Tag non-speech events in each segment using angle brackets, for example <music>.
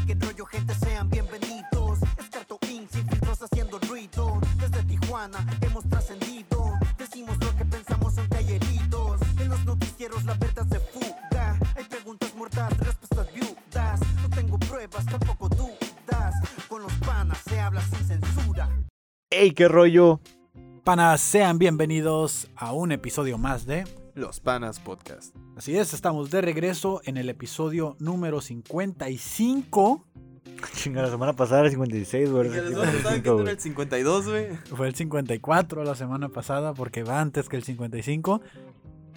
Buen rollo, gente, sean bienvenidos. Escarto Inc. sin filtros haciendo ruido. Desde Tijuana hemos trascendido. Decimos lo que pensamos en talleritos. En los noticieros la verdad se fuga. Hay preguntas muertas, respuestas viudas. No tengo pruebas, tampoco dudas. Con los panas se habla sin censura. ¡Ey, qué rollo! Panas, sean bienvenidos a un episodio más de... Los Panas Podcast. Así es, estamos de regreso en el episodio número 55. Chinga, la semana pasada era 56, güey. ahora es que 55, no era güey. el 52, güey. Fue el 54 la semana pasada porque va antes que el 55.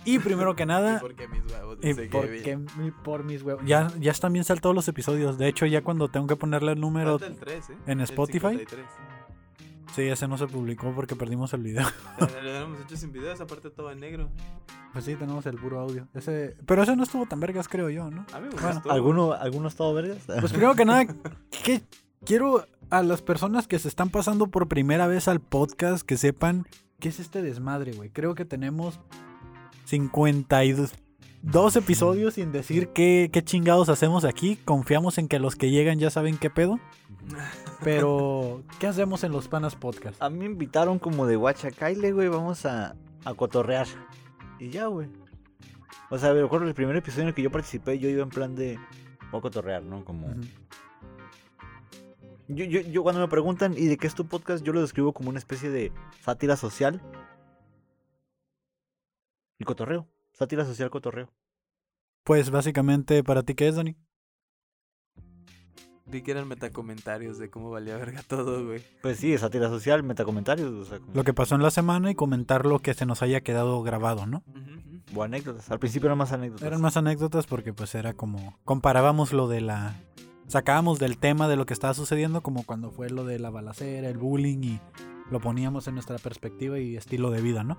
Y primero que <laughs> ¿Y nada... por qué mis huevos? Ah, Y Dice porque Kevin. mi- por mis huevos. Ya, ya están bien saltados los episodios. De hecho, ya cuando tengo que ponerle el número. Falta el 3, ¿eh? en El Spotify. 53. Sí, ese no se publicó porque perdimos el video. Pero Lo hemos Eh, hecho sin videos, aparte todo en negro. Pues sí, tenemos el puro audio. Ese... Pero ese no estuvo tan vergas, creo yo, ¿no? A mí me Bueno, gustó. ¿Alguno, ¿Alguno ha estado vergas? Pues primero que nada, que quiero a las personas que se están pasando por primera vez al podcast que sepan qué es este desmadre, güey. Creo que tenemos 52 dos episodios sin decir qué, qué chingados hacemos aquí. Confiamos en que los que llegan ya saben qué pedo. Pero, ¿qué hacemos en los Panas Podcast? A mí me invitaron como de Huachacaile, güey. Vamos a, a cotorrear. Y ya, güey. O sea, me acuerdo el primer episodio en el que yo participé, yo iba en plan de. Voy a cotorrear, ¿no? Como. Ujú. Yo, yo, yo cuando me preguntan, ¿y de qué es tu podcast? Yo lo describo como una especie de sátira social. Y cotorreo. Sátira social, cotorreo. Pues básicamente, ¿para ti qué es, Dani? Vi que eran metacomentarios de cómo valía verga todo, güey. Pues sí, es sátira social, metacomentarios, o sea, como- Lo que pasó en la semana y comentar lo que se nos haya quedado grabado, ¿no? Ujú. o anécdotas. Al principio eran más anécdotas. Eran más anécdotas porque pues era como comparábamos lo de la sacábamos del tema de lo que estaba sucediendo como cuando fue lo de la balacera, el bullying y lo poníamos en nuestra perspectiva y estilo de vida, ¿no?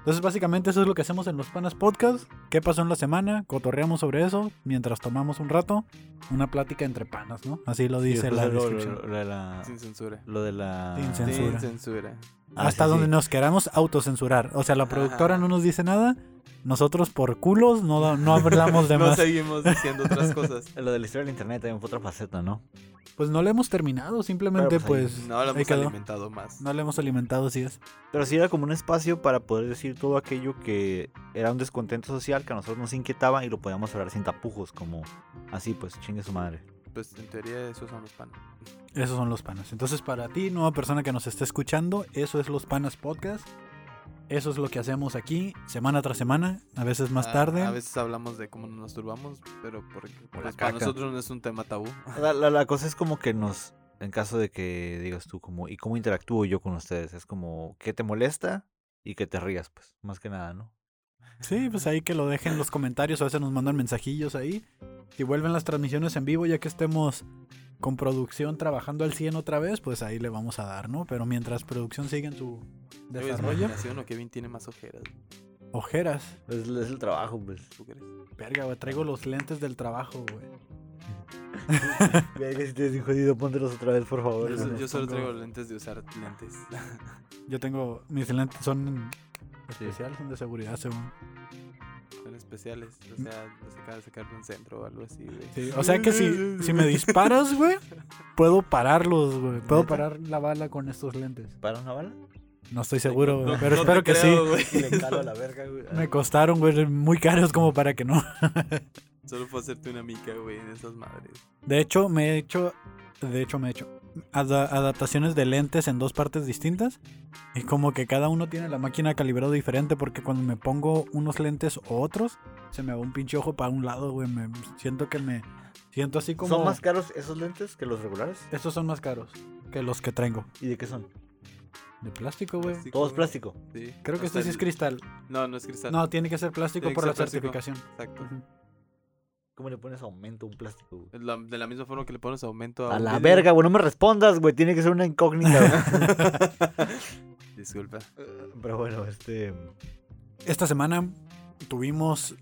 Entonces básicamente eso es lo que hacemos en los Panas Podcast, qué pasó en la semana, cotorreamos sobre eso mientras tomamos un rato, una plática entre panas, ¿no? Así lo Y dice después la lo, lo- descripción. lo- lo de la... Sin censura. Lo de la... Sin Censura. Sin censura. Ah, Hasta sí, donde sí. nos queramos autocensurar. O sea, la productora Ajá. no nos dice nada, nosotros por culos no, da- no hablamos <laughs> de no más. seguimos diciendo otras cosas. <laughs> Lo de la historia del internet también fue otra faceta, ¿no? Pues no le hemos terminado, simplemente Pero, pues, ahí- pues... No lo ahí hemos quedó. alimentado más. No le hemos alimentado, así es. Pero sí era como un espacio para poder decir todo aquello que era un descontento social que a nosotros nos inquietaba y lo podíamos hablar sin tapujos, como así, pues chingue su madre. Pues en teoría esos son los panos. Esos son los panas. Entonces, para ti, nueva persona que nos está escuchando, eso es los panas podcast. Eso es lo que hacemos aquí, semana tras semana, a veces más A- tarde. Ah, A, veces hablamos de cómo nos turbamos, pero porque la pues, para caca. nosotros no es un tema tabú. Ah, La, la- la cosa es como que nos, en caso de que digas tú, como, ¿y cómo interactúo yo con ustedes? Es como, ¿qué te molesta? Y que te rías, pues, más que nada, ¿no? Sí, pues ahí que lo dejen en los comentarios, a veces nos mandan mensajillos ahí. Si vuelven las transmisiones en vivo, ya que estemos con producción trabajando al 100 otra vez, pues ahí le vamos a dar, ¿no? Pero mientras producción sigue en su ¿Tú ves desarrollo, imaginación o Kevin tiene más ojeras? ojeras. Es, es el trabajo, pues. ¿Tú crees? Verga, güey, traigo los lentes del trabajo, güey. Ya que si te has jodido, póntelos otra vez, por favor. Yo, so- <laughs> los yo solo pongo- traigo lentes de usar lentes. Yo tengo. Mis lentes son especiales, son de seguridad, según. Son especiales. O sea, los acaba de sacar de un centro o algo así, güey. Sí, O sea que si, si me disparas, güey, puedo pararlos, güey. Puedo ¿Neta? parar la bala con estos lentes. ¿Para una <laughs> bala? No estoy seguro, güey, pero No espero te que sí. creo, <laughs> Le güey. calo a la verga, güey. Ah. Me costaron, güey, muy caros como para que no. Solo fue hacerte una mica, güey, de esas madres. De hecho, me he hecho. De hecho, me he hecho. ada- adaptaciones de lentes en dos partes distintas. Y como que cada uno tiene la máquina calibrada diferente. Porque cuando me pongo unos lentes o otros, se me va un pinche ojo para un lado, güey. Me siento que me. Siento así como. ¿Son más caros esos lentes que los regulares? Estos son más caros que los que traigo. ¿Y de qué son? De plástico, güey. Plástico, Todos güey. plástico. Sí. Creo que Hasta este sí el- es cristal. No, no es cristal. No, tiene que ser plástico Tiene que por ser la plástico. certificación. Exacto. Ujú. ¿Cómo le pones aumento a un plástico, güey? Es la- de la misma forma que le pones aumento a. A un la vidrio. verga, güey, no me respondas, güey. Tiene que ser una incógnita, <laughs> güey. Disculpa. Pero bueno, este. Esta semana tuvimos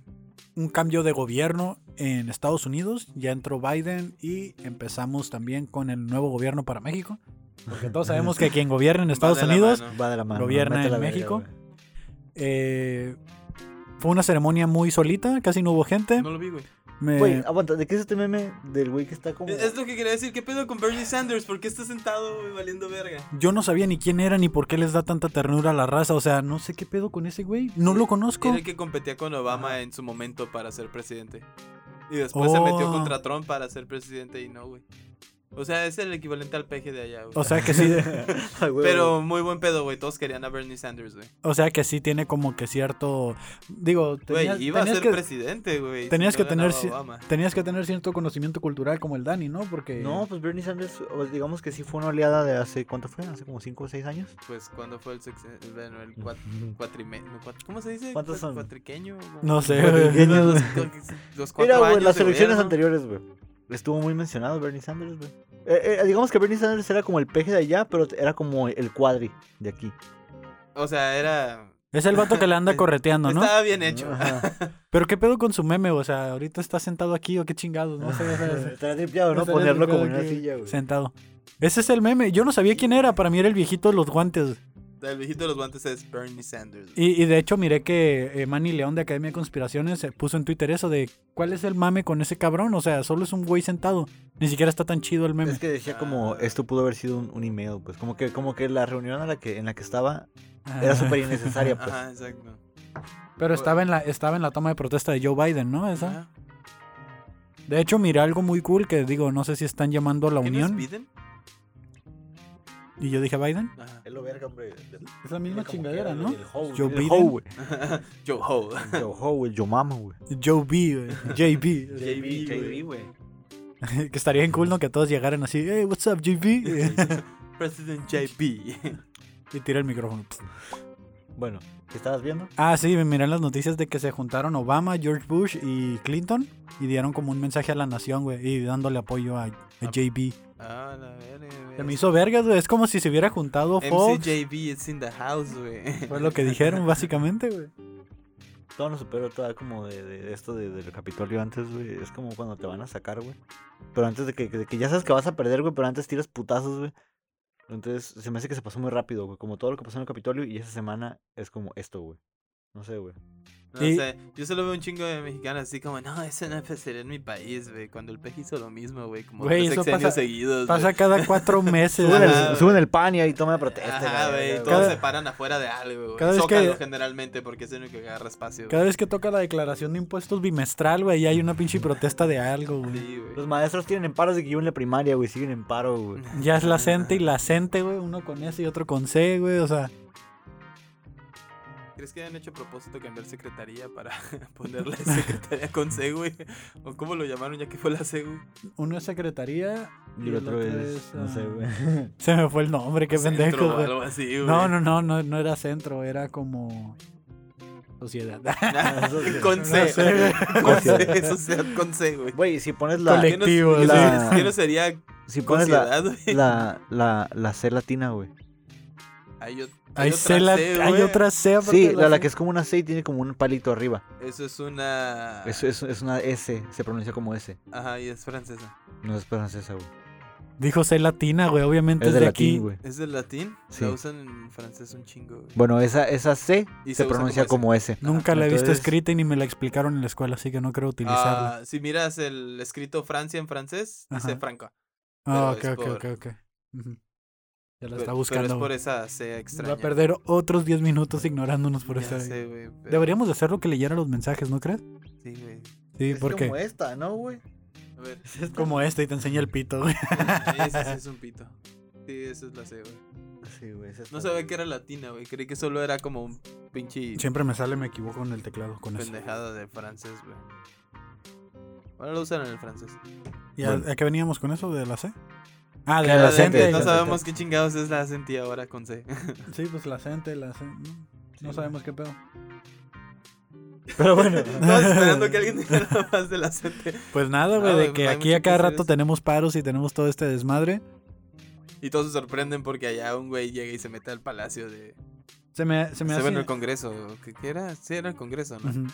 un cambio de gobierno en Estados Unidos. Ya entró Biden y empezamos también con el nuevo gobierno para México. Porque todos sabemos que quien gobierna en Estados <laughs> Va de la Unidos mano. Va de la mano. Gobierna mete en la verga, México. güey. eh, fue una ceremonia muy solita, casi no hubo gente. No lo vi, güey. Me... Güey, aguanta, ¿de qué es este meme del güey que está como. Es, es lo que quería decir. ¿Qué pedo con Bernie Sanders? ¿Por qué está sentado güey, valiendo verga? Yo no sabía ni quién era ni por qué les da tanta ternura a la raza. O sea, no sé <laughs> qué pedo con ese <laughs> güey. No lo conozco. Era el que competía con Obama en su momento para ser presidente. Y después se metió Oh. contra Trump para ser presidente y no, güey. O sea, es el equivalente al peje de allá, güey. O sea que sí, Ay, güey, Pero muy buen pedo, güey. Todos querían a Bernie Sanders, güey. o sea que sí tiene como que cierto. Digo, tenías, Güey, iba a tenías ser que, presidente, güey. si tenías no que tener ganaba ci- Obama. tenías que tener cierto conocimiento cultural como el Dani, ¿no? Porque No, pues Bernie Sanders, o digamos que sí fue una oleada de hace. ¿Cuánto fue? ¿Hace como 5 o 6 años? Pues, ¿cuándo fue el sexenio? Bueno, el cuat- cuatrime- no, cuat- ¿Cómo se dice? ¿Cuántos Cuat- son? Cuatriqueño. güey. no sé. Cuatrigueño. Los, los- los cuatro Mira, güey, años las de elecciones gobierno. anteriores, güey. Estuvo muy mencionado Bernie Sanders, güey. Eh, eh, digamos que Bernie Sanders era como el peje de allá, pero era como el cuadri de aquí. O sea, era. Es el vato que <laughs> le anda correteando, ¿no? Estaba bien hecho. Ajá. Pero qué pedo con su meme, o sea, ahorita está sentado aquí o qué chingados, no sé. o <laughs> sea, <laughs> Estaría tripeado, ¿no? Estaría Ponerlo tripeado como en una que- silla, güey. sentado. Ese es el meme. Yo no sabía quién era, para mí era el viejito de los guantes. <laughs> El viejito de los guantes es Bernie Sanders. güey. Y, y de hecho miré que eh, Manny León de Academia de Conspiraciones se puso en Twitter eso de ¿cuál es el mame con ese cabrón? O sea, solo es un güey sentado. Ni siquiera está tan chido el meme. Es que decía como, Ah. esto pudo haber sido un, un email, pues. Como que, como que la reunión a la que, en la que estaba Ah, era súper innecesaria, pues. Ajá, exacto. Pero estaba en la estaba en la toma de protesta de Joe Biden, ¿no? Esa. Ajá. De hecho miré algo muy cool que digo, no sé si están llamando a la ¿Quién es unión. Biden? Y yo dije Biden. Ajá. Es lo verga, hombre. Es la misma chingadera, ¿no? Joe Joe Biden. Ho, güey. Joe Ho. <laughs> Joe Ho, güey. Joe Mama, güey. Joe B, güey. JB. JB, JB, güey. güey. <laughs> que estaría bien cool, ¿no? Que todos llegaran así, hey, what's up, JB? President JB. <laughs> y tira el micrófono. Bueno, ¿qué estabas viendo? Ah, sí, me miran las noticias de que se juntaron Obama, George Bush y Clinton y dieron como un mensaje a la nación, güey, y dándole apoyo a, a JB. <laughs> Ah, la verga, güey. Se me hizo vergas, güey, es como si se hubiera juntado Fox. MCJB, it's in the house, güey. <laughs> Fue lo que dijeron, básicamente, güey. Todo nos superó todavía como de, de- de esto de- del Capitolio antes, güey. Es como cuando te van a sacar, güey. Pero antes de que, de que ya sabes que vas a perder, güey, pero antes tiras putazos, güey. Entonces se me hace que se pasó muy rápido, güey. Como todo lo que pasó en el Capitolio y esa semana es como esto, güey. No sé, güey. No Y- sé, yo solo veo un chingo de mexicanos así como, no, eso no pasaría en mi país, güey. Cuando el peje hizo lo mismo, güey, como Güey, tres eso sexenios pasa- seguidos. Pasa güey. cada <laughs> cuatro meses, Suben güey. Ajá, el, güey. suben el pan y ahí toma protesta. y la Ajá, güey, verga, todos Cada- se paran afuera de algo, güey. cada vez que- Zócalo generalmente porque es el único que agarra espacio. Cada vez que toca la declaración de impuestos bimestral, güey, ahí hay una pinche protesta de algo, güey. güey. Sí, güey. Los maestros tienen en paro de que yo en la primaria, güey. Siguen en paro, güey. Ya <laughs> es la CENTE y la CENTE, güey, uno con S y otro con C, güey, o sea, ¿Crees que hayan hecho a propósito cambiar secretaría para <laughs> ponerle secretaría con C, güey? ¿O cómo lo llamaron ya que fue la C, güey? uno es secretaría Y el otro es. No sé, ah, <laughs> güey. Se me fue el nombre, qué Centro pendejo, o güey. algo así, güey. No, no, no, no, no era centro, era como sociedad. <laughs> <laughs> <laughs> con C. No sé, güey. <laughs> Con C, eso sea con C, güey. Güey, si pones la. Colec- ¿Qué no- Colectivo, qué no- la- qué no sería Si pones la, sociedad, güey? la, la, la C latina, güey. Hay, ot- hay Hay, otra C, la- C, hay güey. otra C aparte Sí, de la, la C. que es como una C y tiene como un palito arriba. Eso es una. Es, es, es una S, se pronuncia como S. Ajá, y es francesa. No es francesa, güey. Dijo C latina, güey, obviamente Es es de de aquí. latín, güey. ¿Es del latín? Sí. La usan en francés un chingo, güey. Bueno, esa, esa C Y se se, usa pronuncia como como S. Nunca la he visto Ah, Entonces- escrita y ni me la explicaron en la escuela, así que no creo utilizarla. Ah, si miras el escrito Francia en francés, dice Ajá. Franco. Ah, ok, pero es ok, ok, por- ok. Ujú. Ya la Pe- está Pero buscando. es por güey. esa C Va extraña. a perder otros 10 minutos ignorándonos por Ya esta. sé, güey, pero- Deberíamos de hacer lo que leyera los mensajes, ¿no crees? Sí, güey. Sí, porque como, esta, ¿no, güey? A ver. <laughs> este y te enseña el pito, güey. Ese sí es un pito. Sí, esa es la C, güey. Sí, güey. es esta. No sabía que era latina, güey. Creí que solo era como un pinche Siempre me sale, me equivoco en el teclado con eso. pendejada de francés, güey. Bueno, lo usan en el francés. ¿Y a, Bueno. a qué veníamos con eso de la C? Ah, de Que la la gente. gente, No la sabemos qué chingados es la sentía ahora con C. <laughs> Sí, pues la gente, la gente. No, Sí, Pues sabemos qué pedo. Pero <laughs> bueno. Estaba esperando que alguien dijera más de la gente. Pues nada, Ah, güey, de güey, que hay aquí mucho a que cada hacer rato eso. tenemos paros y tenemos todo este desmadre. Y todos se sorprenden porque allá un güey llega y se mete al palacio de. Se me, se me Se hace. bueno, el Congreso. ¿Qué, qué era? Sí, era el Congreso, ¿no? Ujú.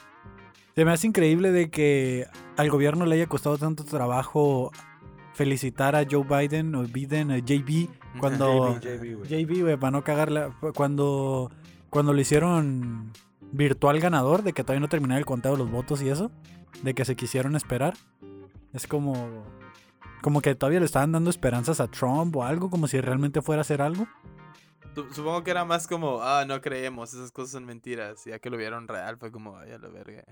Se me hace increíble de que al gobierno le haya costado tanto trabajo felicitar a Joe Biden o Biden, a JB, cuando. JB, JB, güey. JB, güey, para no cagarla. Cuando, cuando lo hicieron virtual ganador, de que todavía no terminaba el conteo de los votos y eso. de que se quisieron esperar. Es como. Como que todavía le estaban dando esperanzas a Trump o algo, como si realmente fuera a hacer algo. Tu- Supongo que era más como, ah, no creemos, esas cosas son mentiras. Y Ya que lo vieron real, fue como, ay, a la verga.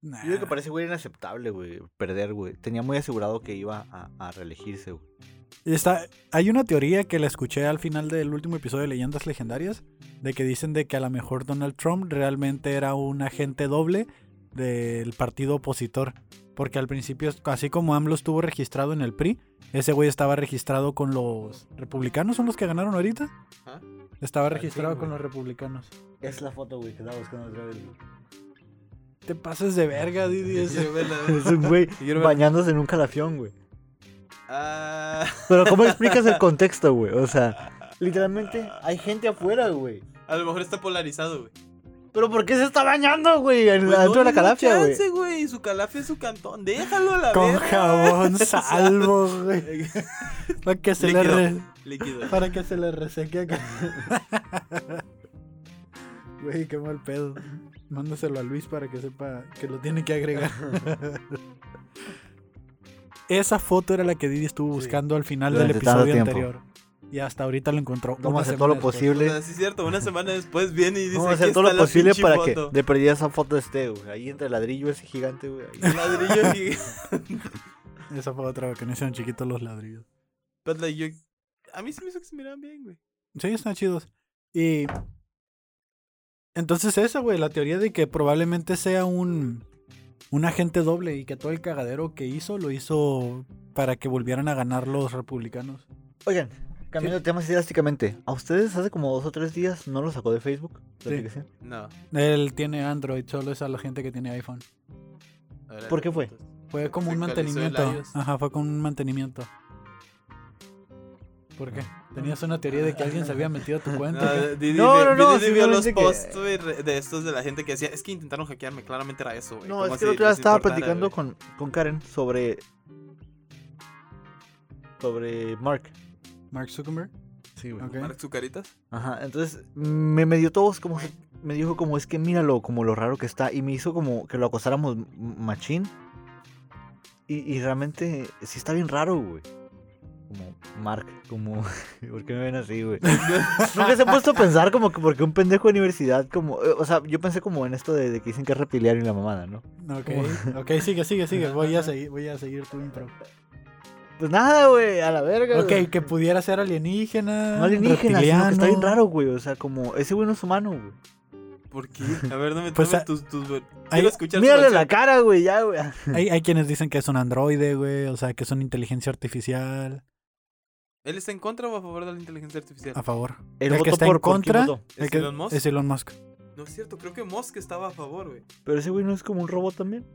Yo creo que Nah. parece, güey, inaceptable, güey, perder, güey. Tenía muy asegurado que iba a, a reelegirse, güey. Y está, hay una teoría que la escuché al final del último episodio de Leyendas Legendarias, de que dicen de que a lo mejor Donald Trump realmente era un agente doble del partido opositor. Porque al principio, así como AMLO estuvo registrado en el PRI, ese güey estaba registrado con los republicanos, son los que ganaron ahorita. Ajá. Estaba Al registrado fin, con güey. los republicanos. Es la foto, güey, que estaba buscando otra vez. Te pases de verga, Didi. Yo ese- quiero ver la- <laughs> <laughs> Es un güey quiero ver- bañándose en un calafión, güey. Ah, <laughs> Pero ¿cómo <laughs> explicas el contexto, güey? O sea, literalmente hay gente afuera, güey. a lo mejor está polarizado, güey. ¿Pero por qué se está bañando, güey? en- Pues no Adentro de la le dio calafia, güey. chance, güey. Su calafia es su cantón. Déjalo a la Con verga. jabón salvo, <laughs> güey. Para que se le Líquido. re- Líquido. Para que se le reseque acá. <laughs> Güey, qué mal pedo. Mándaselo a Luis para que sepa que lo tiene que agregar. <laughs> Esa foto era la que Didi estuvo Sí. buscando al final Durante del tanto episodio tiempo. anterior. Y hasta ahorita lo encontró. Vamos una a hacer todo lo semana después. O posible. sea, sí es cierto. Una semana después viene y dice Vamos a "Aquí hacer todo está lo la posible pinche para foto". que de perdida esa foto esté, güey. Ahí entre el ladrillo ese gigante, güey. ahí. <laughs> El ladrillo <laughs> gigante. Esa fue otra que no hicieron chiquitos los ladrillos. But, like, yo- A mí se me hizo que se miraban bien, güey. Sí, están chidos. Y. Entonces, esa, güey, la teoría de que probablemente sea un. Un agente doble y que todo el cagadero que hizo lo hizo para que volvieran a ganar los republicanos. Oigan, cambiando de tema así drásticamente. ¿A ustedes hace como dos o tres días no lo sacó de Facebook? la Sí. aplicación? No. Él tiene Android, solo es a la gente que tiene iPhone. Ahora ¿Por le qué fue? preguntas. Fue como Se un actualizó el mantenimiento. iOS. Ajá, fue como un mantenimiento. ¿Por qué? Tenías una teoría de que alguien se había metido a tu cuenta. No, Didi, No, vi- no, no, Didi vio los simplemente que- posts güey, re- de estos de la gente que decía, es que intentaron hackearme, claramente era eso, güey. No, como es que si el otro día les estaba importara, platicando Pues güey. con, con Karen sobre. Sobre Mark. Mark Zuckerberg. Sí, güey. Ok. eh. Mark Zucaritas. Ajá, entonces me, me dio todos como. que- Me dijo como, es que míralo, como lo raro que está. Y me hizo como que lo acosáramos m- machín. Y, y realmente sí está bien raro, güey. Como Mark, como. <laughs> ¿Por qué me ven <laughs> así, güey? Nunca se ha puesto a pensar como que porque un pendejo de universidad, como. eh, O sea, yo pensé como en esto de, de que dicen que es reptiliano y la mamada, ¿no? Ok, ok, sigue, sigue, sigue. Voy a seguir, voy a seguir tu intro. Pues nada, güey, a la verga. güey. Ok, que pudiera ser alienígena. No alienígena, sino que está bien reptiliano. raro, güey. O sea, como, ese güey no es humano, güey. ¿Por qué? <laughs> A ver, dame Pues, dame ah, tus, tus... Quiero ahí- escuchar tu Mírale versión. la cara, güey, ya, güey. Hay, hay quienes dicen que es un androide, güey, o sea, que es una inteligencia artificial. ¿Él está en contra o a favor de la inteligencia artificial? A favor. Él El que votó está en por quién contra. votó. ¿Es El que- Elon Musk? Ah, Es Elon Musk. No es cierto, creo que Musk estaba a favor, güey. Pero ese güey no es como un robot también.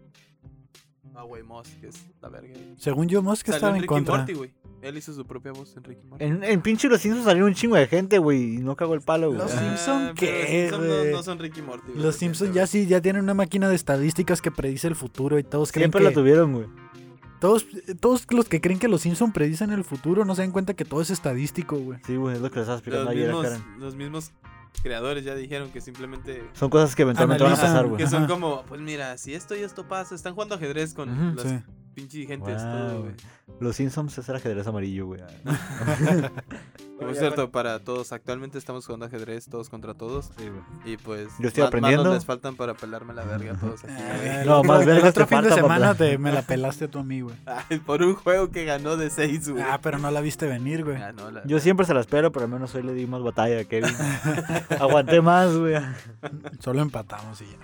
Ah, güey, Musk es la verga. Según yo, Musk Salió estaba en Rick y contra. Morty, güey. Él hizo su propia voz en Rick y Morty. En, en pinche Los Simpsons salió un chingo de gente, güey, y no cagó el palo, güey. Los Ah, Ah, Simpson, pero ¿qué, Los Simpson no, güey? no son Rick y Morty, güey, lo Los siento, Simpsons ya sí, ya tienen una máquina de estadísticas que predice el futuro y todos creen Siempre la que... tuvieron, güey. Todos, todos los que creen que los Simpsons predicen el futuro no se dan cuenta que todo es estadístico, güey. Sí, güey, es lo que les estaba güey. explicando Los ayer a mismos, Karen. los mismos creadores ya dijeron que simplemente Son cosas que eventualmente van a pasar, Analizan güey. Que son Ajá. como, pues mira, si esto y esto pasa, están jugando ajedrez con Ujú, las Sí. pinche gentes, Wow. todo, güey. Los Simpsons es el ajedrez <laughs> amarillo, güey. Que por cierto, para todos, actualmente estamos jugando ajedrez todos contra todos. Sí, güey. Y pues, Yo estoy ma- manos aprendiendo. les faltan para pelarme la verga a todos aquí, Ah, güey. No, el más otro- el vergas otro te fin de falta, semana papá. te, me <laughs> la pelaste tú a mí, güey. <laughs> Ay, por un juego que ganó de 6, güey. Ah, pero no la viste venir, güey. Ah, no, la- Yo siempre se las espero, pero al menos hoy le di más batalla a Kevin. <laughs> Aguanté más, güey. Solo empatamos y ya.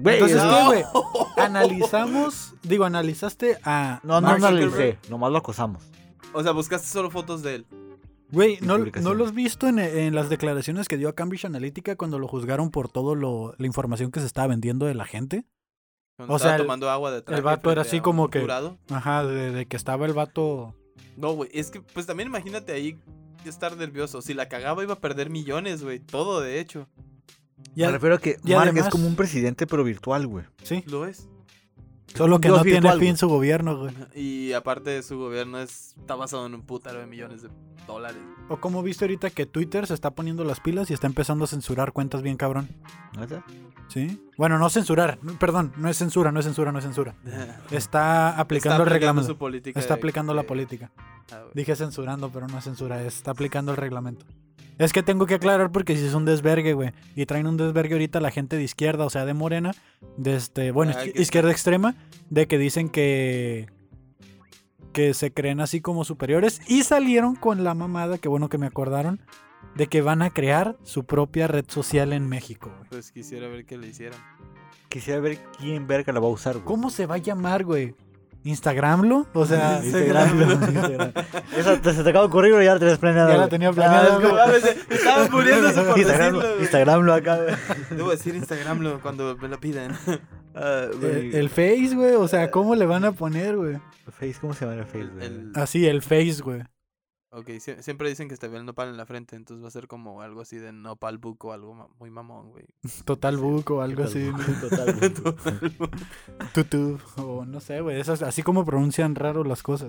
Güey, Pues Entonces, no. ¿qué, güey? Analizamos, digo, analizaste a. No, no, Mark no le Zuckerberg. hice. Nomás lo acosamos. O sea, buscaste solo fotos de él. Güey, Y ¿no, ¿no publicaciones. lo has visto en, en las declaraciones que dio a Cambridge Analytica cuando lo juzgaron por todo lo la información que se estaba vendiendo de la gente? Cuando O estaba sea, el- tomando agua de traje vato era frente así a un como que- jurado. Ajá, de, de que estaba el vato. No, güey, es que, pues también imagínate ahí estar nervioso. Si la cagaba iba a perder millones, güey. Todo, de hecho. Ya, Me refiero a que y Mark además- es como un presidente, pero virtual, güey. sí, Lo es. Solo que Dios no tiene virtual, fin güey. su gobierno, güey. Y aparte su gobierno es- está basado en un putero de millones de dólares. O como viste ahorita que Twitter se está poniendo las pilas y está empezando a censurar cuentas bien cabrón. ¿Neta? ¿Sí? Bueno, no censurar, no, perdón, no es censura, no es censura, no es censura. Está Está aplicando el su reglamento. política. Está de- aplicando la de- política. Ah, güey. Dije censurando, pero no es censura, es- está aplicando el reglamento. Es que tengo que aclarar porque si es un desvergue, güey. Y traen un desvergue ahorita la gente de izquierda, o sea, de morena, de este, bueno, Ah, izqui- que- izquierda extrema, de que dicen que que se creen así como superiores y salieron con la mamada, que bueno que me acordaron, de que van a crear su propia red social en México, güey. Pues quisiera ver qué le hicieran. Quisiera ver quién verga la va a usar, güey. ¿Cómo se va a llamar, güey? ¿Instagramlo? O sea, <laughs> Instagramlo. Esa te, se te acaba de ocurrir o ya la tenías planeada. Ya la güey? tenía planeada, Ah, es como, güey. ah, Me eh, estaba muriéndose por Instagramlo, decirlo. güey. Instagramlo acá, güey. Debo decir Instagramlo cuando me lo <laughs> pidan. Ah, el, <laughs> güey. el Face, güey, o sea, ¿cómo le van a poner, güey? Face, ¿cómo se llama el Face, güey? El- Así, el Face, güey. Ok, sie- siempre dicen que se ve el nopal en la frente, entonces va a ser como algo así de nopal book o algo ma- muy mamón, güey. Total Book o algo así. <laughs> Total, güey. Tutu. O no sé, güey. Esas, así como pronuncian raro las cosas.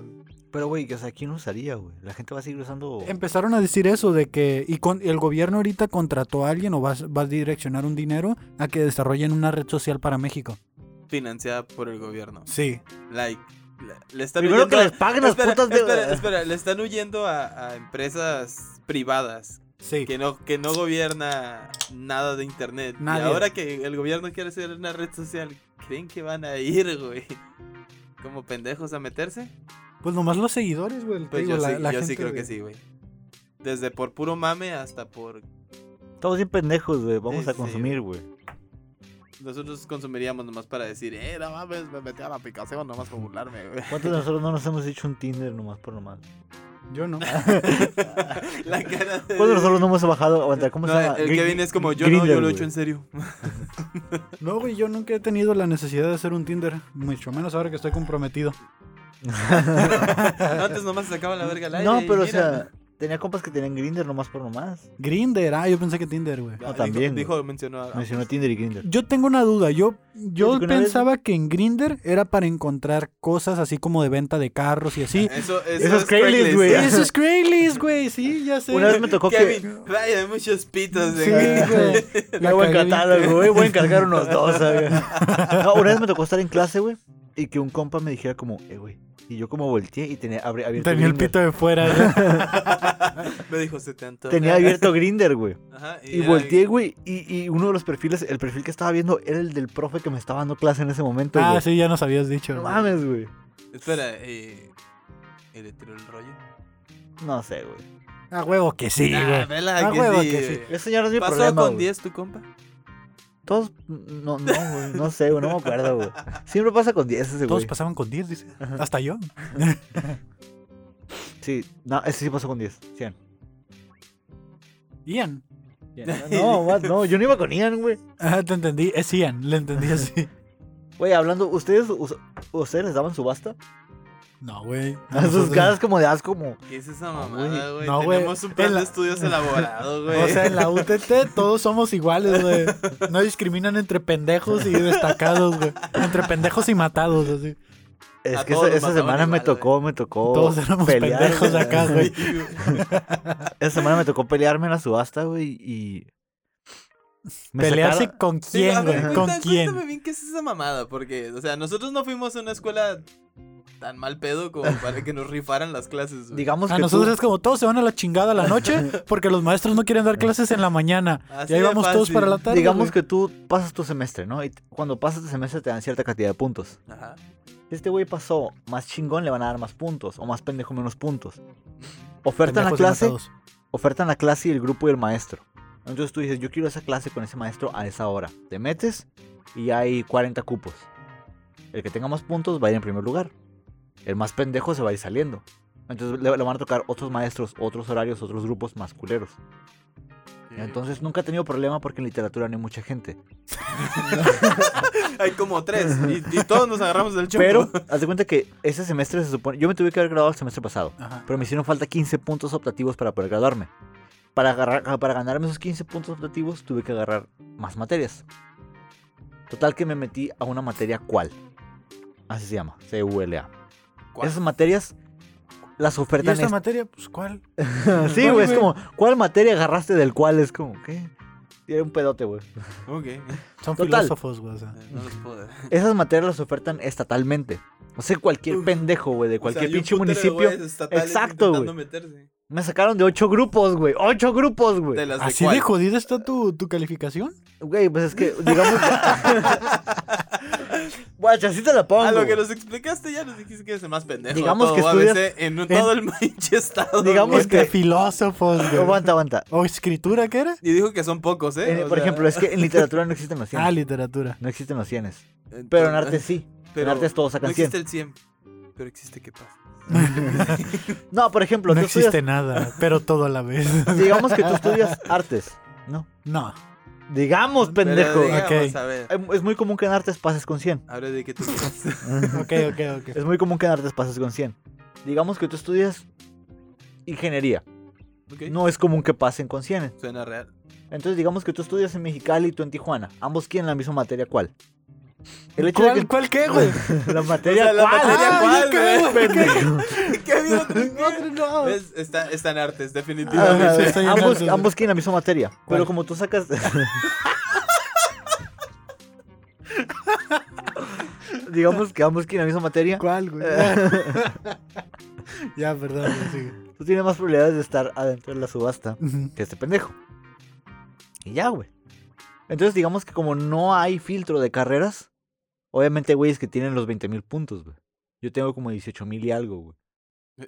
Pero, güey, que, o sea, ¿quién usaría, güey? La gente va a seguir usando... Em, Empezaron a decir eso de que. Y, con, y el gobierno ahorita contrató a alguien o va, a- va a direccionar un dinero a que desarrollen una red social para México. Financiada por el gobierno. Sí. Like, le, le están Primero que huyendo- les paguen las espera, putas de... espera, espera, le están huyendo a, a empresas privadas Sí. que no, que no gobierna nada de internet. Nadie. Y ahora que el gobierno quiere hacer una red social, ¿creen que van a ir, güey? Como pendejos a meterse. Pues nomás los seguidores, güey. te Pues digo, yo, la- sí, la yo sí gente creo de- que sí, güey. Desde por puro mame hasta por Estamos bien pendejos, güey. Vamos Sí, a sí, consumir, güey. Nosotros consumiríamos nomás para decir, eh, no mames, me metí a la aplicación nomás para burlarme, güey. <laughs> ¿Cuántos de nosotros no nos hemos hecho un Tinder nomás por nomás? Yo <laughs> no. la cara de... ¿Cuántos de nosotros no hemos bajado? Aguanta, ¿cómo No, se llama? el Gri- Kevin es como, yo no, Grindr, yo lo he güey. hecho en <laughs> serio. No, güey, yo nunca he tenido la necesidad de hacer un Tinder. Mucho menos ahora que estoy comprometido. Antes nomás sacaba la verga al aire. No, y pero, o mira. sea, tenía compas que tenían Grinder nomás por nomás. Grinder, ah, yo pensé que Tinder, güey. Ah, dijo- también, Dijo, mencionó a... Mencionó Tinder y Grinder. Yo tengo una duda. Yo, yo Fíjate que una vez- pensaba que en Grinder era para encontrar cosas así como de venta de carros y <laughs> así. Eso, eso, Eso es Craigslist, güey. Eso es Craigslist, güey. Sí, ya sé. Una vez me tocó que... Kevin, vaya, hay muchos pitos Sí, <laughs> de... güey. Ya La voy a cagué. catálogo, güey. Voy a encargar unos <laughs> dos, güey. No, una vez me tocó estar en clase, güey. Y que un compa me dijera como, eh, güey. Y yo como volteé y tenía abri- abierto Tenía el Grindr. pito de <laughs> fuera. güey. Me dijo, se te antoja". Tenía abierto <laughs> Grinder, güey. Ajá, Y era- volteé, güey. Y, y uno de los perfiles, el perfil que estaba viendo era el del profe que me estaba dando clase en ese momento, güey. Ah, sí, ya nos habías dicho. No güey. mames, güey. Espera, eh... ¿y ¿Le tiró el rollo? No sé, güey. A huevo que sí, Ah, güey. vela Ah, que huevo sí, que sí. güey. Eso ya no es mi ¿Pasó problema, con güey. 10 tu compa? Todos, no, no, güey. No sé, güey. No me acuerdo, güey. Siempre pasa con 10 ese, Todos güey. pasaban con 10, dice. Hasta yo. Sí, no, ese sí pasó con 10. <laughs> 100. Ian. <laughs> No, what, no, yo no iba con Ian, güey. Ah, te entendí. Es Ian. Le entendí <laughs> así. Güey, hablando, ¿ustedes, us- ¿ustedes les <laughs> daban subasta? <laughs> No, güey. A sus Nosotros- caras como de asco, como... ¿Qué es esa Ah, güey. mamada, güey? No, güey. Tenemos un plan En la- de <laughs> estudios elaborado, güey. O sea, en la UTT todos somos iguales, güey. No discriminan entre pendejos y destacados, güey. Entre pendejos y matados, así. Es A que todos los esa, esa mataban semana me igual, güey. tocó, me tocó Todos éramos pelear, pendejos güey. acá, güey. <laughs> <laughs> Esa semana me tocó pelearme en la subasta, güey, y... me ¿Pelearse sacaron- con Sí, a quién, ver, güey? cuenta- ¿Con quién? Cuéntame bien qué es esa mamada, porque, o sea, nosotros no fuimos a una escuela tan mal pedo como <laughs> para que nos rifaran las clases, güey. Digamos A que nosotros tú- es como todos se van a la chingada a la <laughs> noche porque los maestros no quieren dar clases en la mañana. Así y ahí de vamos todos fácil. para la tarde. Digamos güey. que tú pasas tu semestre, ¿no? Y t- cuando pasas tu semestre te dan cierta cantidad de puntos. Ajá. Si este güey pasó más chingón, le van a dar más puntos. O más pendejo, menos puntos. Oferta en la Pendejos y clase, matados. oferta en la clase y el grupo y el maestro. Entonces tú dices, yo quiero esa clase con ese maestro a esa hora. Te metes y hay 40 cupos. El que tenga más puntos va a ir en primer lugar. El más pendejo se va a ir saliendo. Entonces le, le van a tocar otros maestros, otros horarios, otros grupos más culeros. Entonces nunca he tenido problema porque en literatura no hay mucha gente. Hay como tres, y, y <laughs> todos nos agarramos del chongo. <laughs> Pero, haz de cuenta que ese semestre se supone. Yo me tuve que haber graduado el semestre pasado. Ajá. Pero me hicieron falta 15 puntos optativos para poder graduarme. Para, agarrar- ah, para ganarme esos 15 puntos optativos tuve que agarrar más materias. Total que me metí a una materia cual. Así se llama, CULA. ¿Cuál? Esas materias las ¿Y ofertan. esta est- materia? Pues, ¿cuál? sí, güey, es como, ¿cuál materia agarraste del cual? Es como, ¿qué? Tiene un pedote, güey. Ok. eh, Son Total. filósofos, güey. o sea. No los puedo. De Esas materias las ofertan estatalmente. O sea, cualquier Uf. pendejo, güey, de cualquier pinche municipio. Exacto, güey. meterse. Me sacaron de ocho grupos, güey. Ocho grupos, De güey. las de ¿Así cuál? de jodida está tu, tu calificación? Güey, pues es que, <laughs> digamos. Guacha, así te la pongo. A lo que güey. nos explicaste ya nos dijiste que eres el más pendejo. de Digamos que todo estudias ABC en un- todo el <laughs> pinche estado. Digamos güey. que- Entre filósofos, güey. Aguanta, aguanta. ¿O escritura qué era? Y dijo que son pocos, ¿eh? Eh, O por sea, ejemplo, es que en literatura no existen los Ah, 100. literatura. No existen los 100. entonces- Pero en arte sí. pero en artes todos sacan No existe el 100, pero existe qué pasa. No, por ejemplo, No tú existe estudias- nada, pero todo a la vez. digamos que tú estudias artes. No. <laughs> No. Digamos, pendejo. Pero digamos, Ok. a ver, Em, Es muy común que en artes pases con 100. ahora de que tú quieras. <laughs> Ok, ok, ok. Es muy común que en artes pases con 100. Digamos que tú estudias ingeniería. Ok, No es común que pasen con 100. Suena real. <laughs> Entonces, digamos que tú estudias en Mexicali y tú en Tijuana. Ambos quieren la misma materia, ¿cuál? El hecho de ¿Cuál, cuál qué, <laughs> güey? que... la materia, O sea, la ¿cuál? materia, Ah, ¿cuál, ya güey? caí, pendejo. <laughs> ¿Qué ha habido otro? no. ¿Ves? Está, está en artes, definitivamente. Ajá, sí, estoy en ambos, artes. ambos quieren la misma materia. ¿Cuál? Pero como tú sacas. <laughs> digamos que ambos quieren la misma materia. ¿Cuál, <laughs> güey? ya, perdón, güey, sigue. Tú tienes más probabilidades de estar adentro de la subasta que este pendejo. Y ya, güey. Entonces, digamos que como no hay filtro de carreras, obviamente, güey, es que tienen los 20 mil puntos, güey. Yo tengo como 18 mil y algo, güey.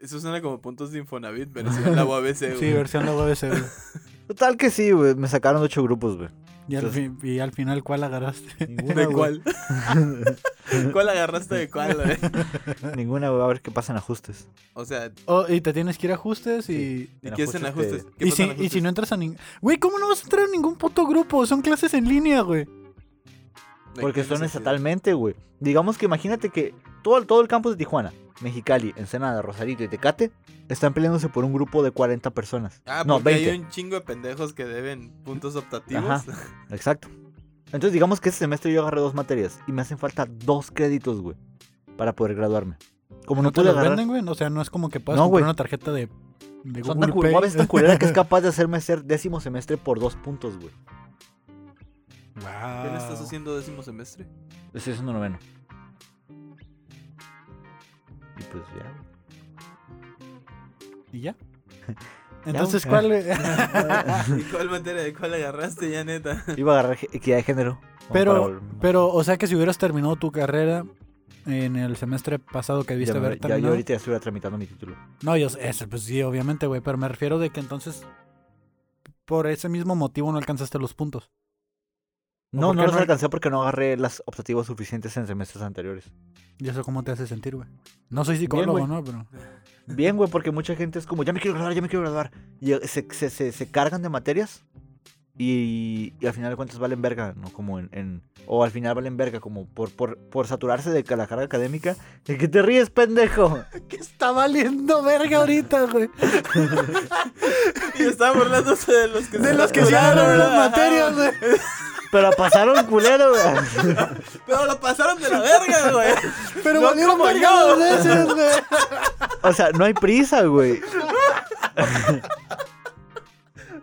Eso suena como puntos de Infonavit, pero si la UABC, Sí, güey. versión la UABC, güey. Total que sí, güey. Me sacaron ocho grupos, güey. Y al, Entonces- fin- y al final, ¿cuál agarraste? Ninguna, ¿De güey. cuál? ¿Cuál agarraste de <laughs> cuál, güey? <laughs> Ninguna, güey. A ver qué pasa en ajustes. O sea, <laughs> Oh, y te tienes que ir a ajustes y... ¿y En qué es en ajustes te- ajustes? ¿Qué Y pasa si, en y si ajustes? no entras a ningún... Güey, ¿cómo no vas a entrar a ningún puto grupo? Son clases en línea, güey. ¿De Porque qué son necesidad? estatalmente, güey. Digamos que imagínate que todo, todo el campus de Tijuana, Mexicali, Ensenada, Rosarito y Tecate están peleándose por un grupo de 40 personas. Ah, no, porque 20. hay un chingo de pendejos que deben puntos optativos. <laughs> Ajá. Exacto. Entonces, digamos que este semestre yo agarré dos materias y me hacen falta dos créditos, güey, para poder graduarme. Como no, te pude los agarrar. venden, güey? O sea, no es como que puedas No, comprar güey. una tarjeta de, de Son tan Google cul- Pay. a veces tan culera que <laughs> es capaz de hacerme ser décimo semestre por dos puntos, güey. Wow. ¿Qué le estás haciendo <laughs> décimo semestre? Estoy haciendo noveno. Y pues ya, güey. ¿Y ya? Entonces, güey. ¿cuál? eh? ¿Y cuál materia de cuál agarraste ya, neta? <laughs> Iba a agarrar ge- equidad de género. como para pero, volver- pero, o sea que si hubieras terminado tu carrera en el semestre pasado que Ya debiste me- haber ya, yo terminado. ahorita ya estuviera tramitando mi título. No, yo sé, ese, pues sí, obviamente, güey, pero me refiero de que entonces por ese mismo motivo no alcanzaste los puntos. ¿O No, por no qué los no? alcancé porque no agarré las optativas suficientes en semestres anteriores. Y eso cómo te hace sentir, güey. No soy psicólogo, güey. ¿no? Pero Bien, güey, porque mucha gente es como, ya me quiero graduar, ya me quiero graduar. Y eh, se, se, se, se cargan de materias y, y al final de cuentas valen verga, ¿no? Como en, en- o al final valen verga, como por, por, por saturarse de ca- la carga académica. ¿De qué te ríes, pendejo? ¿qué está valiendo verga ahorita, güey? Y estaba burlándose de los que De los que se burlaron, ganaron las ¿verdad? Ajá, materias, güey. Pero pasaron culero, güey. Pero lo pasaron de la verga, güey. Pero No valieron como verga yo. dos veces, güey. O sea, no hay prisa, güey.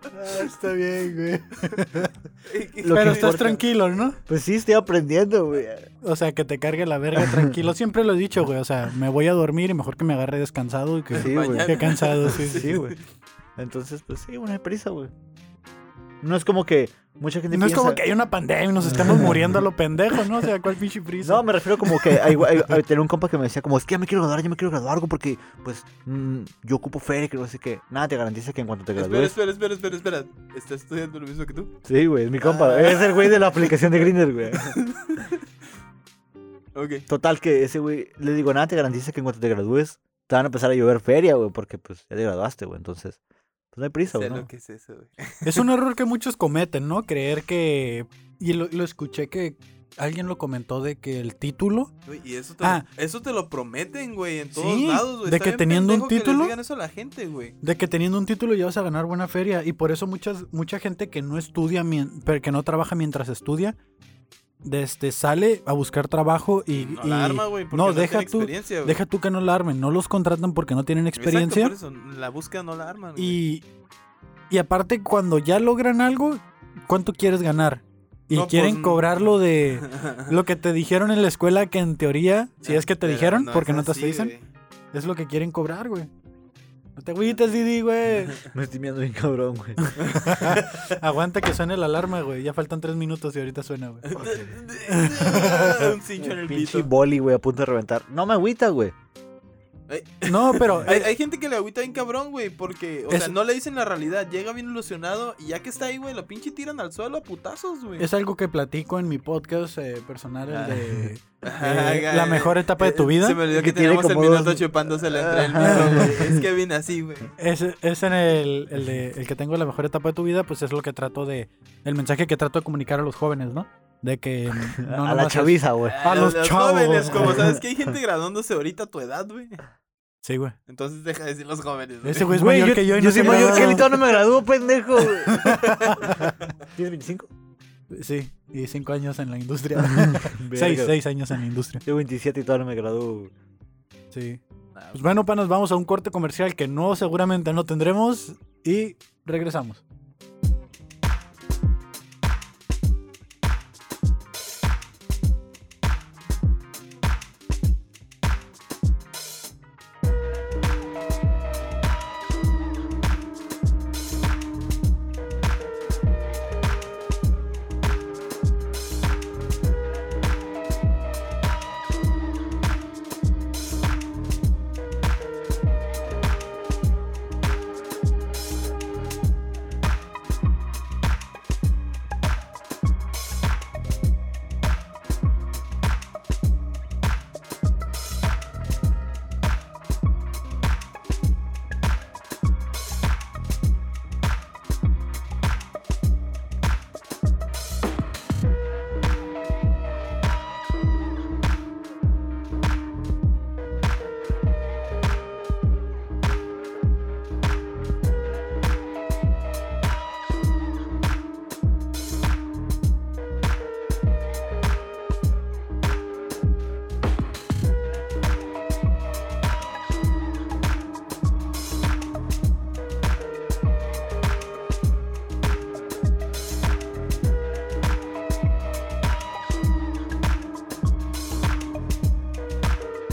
Ah, está bien, güey. Lo Pero que estás importa- tranquilo, ¿no? Pues sí, estoy aprendiendo, güey. O sea, que te cargue la verga <laughs> tranquilo. Siempre lo he dicho, güey. O sea, me voy a dormir y mejor que me agarre descansado y que, Sí, güey. Mañana. que cansado, sí. sí. Sí, güey. Entonces, pues sí, bueno, hay prisa, güey. No es como que mucha gente No es como piensa- que hay una pandemia y nos <laughs> estamos muriendo a lo pendejo, ¿no? O sea, ¿cuál pinche prisa? No, me refiero como que hay, hay- hay- tenía un compa que me decía como, es que ya me quiero graduar, ya me quiero graduar, algo porque, pues, mm, yo ocupo feria, que no sé qué. Nada, te garantiza que en cuanto te Espera, gradúes... espera, espera, espera, espera. ¿Estás estudiando lo mismo que tú? Sí, güey, es Ah. mi compa. Es el güey de la aplicación de Grindr, güey. Ok. Total, que ese güey, le digo, nada, te garantiza que en cuanto te gradúes, te van a empezar a llover feria, güey, porque, pues, ya te graduaste, güey. Entonces, pues no hay prisa, Sé güey. lo ¿no? que es eso, güey. Es un error que muchos cometen, ¿no? Creer que... Y lo, lo escuché que alguien lo comentó de que el título... Güey, Y eso te, Ah. lo, eso te lo prometen, güey, en todos Sí, lados, güey. de Está que bien teniendo un pendejo que les título- digan eso a la gente, güey. De que teniendo un título ya vas a ganar buena feria. Y por eso muchas, mucha gente que no estudia, mien- pero que no trabaja mientras estudia, de este, sale a buscar trabajo y. No y- la arma, güey, porque no, no, deja tiene tú- experiencia, güey. Deja tú que no la armen, no los contratan porque no tienen Exacto, experiencia. por eso, la búsqueda no la arman, güey. <laughs> y, y aparte, cuando ya logran algo, ¿cuánto quieres ganar? Y No, quieren pues, cobrarlo de <laughs> lo que te dijeron en la escuela, que en teoría, si No, es que te pero dijeron, porque es no te así, dicen, güey. <laughs> es lo que quieren cobrar, güey. No te agüites, Didi, <laughs> güey. <laughs> Me estoy mirando bien cabrón, güey. Aguanta que suene la alarma, güey. Ya faltan tres minutos y ahorita suena, güey. Un cincho en el Pinche pito. boli, güey, a punto de reventar. No me agüita, güey. No, pero <laughs> Hay, hay gente que le agüita bien cabrón, güey, porque, o Es- sea, no le dicen la realidad. Llega bien ilusionado y ya que está ahí, güey, lo pinche tiran al suelo a putazos, güey. es algo que platico en mi podcast eh, personal, el Ah. <laughs> de Ajá, eh, la mejor etapa de tu eh, vida. Se me olvidó Que que, tiene teníamos el como dos- minuto chupándosela entre el Ajá. micro, güey. Es que viene así, güey. Es, es en el, el de- el que tengo la mejor etapa de tu vida, pues es lo que trato de. El mensaje que trato de comunicar a los jóvenes, ¿no? De <laughs> que. mm, no a la nomás es- chaviza, güey. A los chavos, jóvenes, como güey. sabes que hay gente graduándose ahorita a tu edad, güey. Sí, güey. Entonces deja de decir los jóvenes, güey. Ese güey es mayor que yo y no soy se mayor graduó. que él y todavía no me graduó, pendejo. güey. <laughs> ¿Tienes 25? Sí, y cinco años en la industria. <laughs> seis, Verga. seis años en la industria. Yo 27 y todavía no me graduó. güey. Sí. Ah, Pues bueno, panas, vamos a un corte comercial que no, seguramente no tendremos. Y regresamos.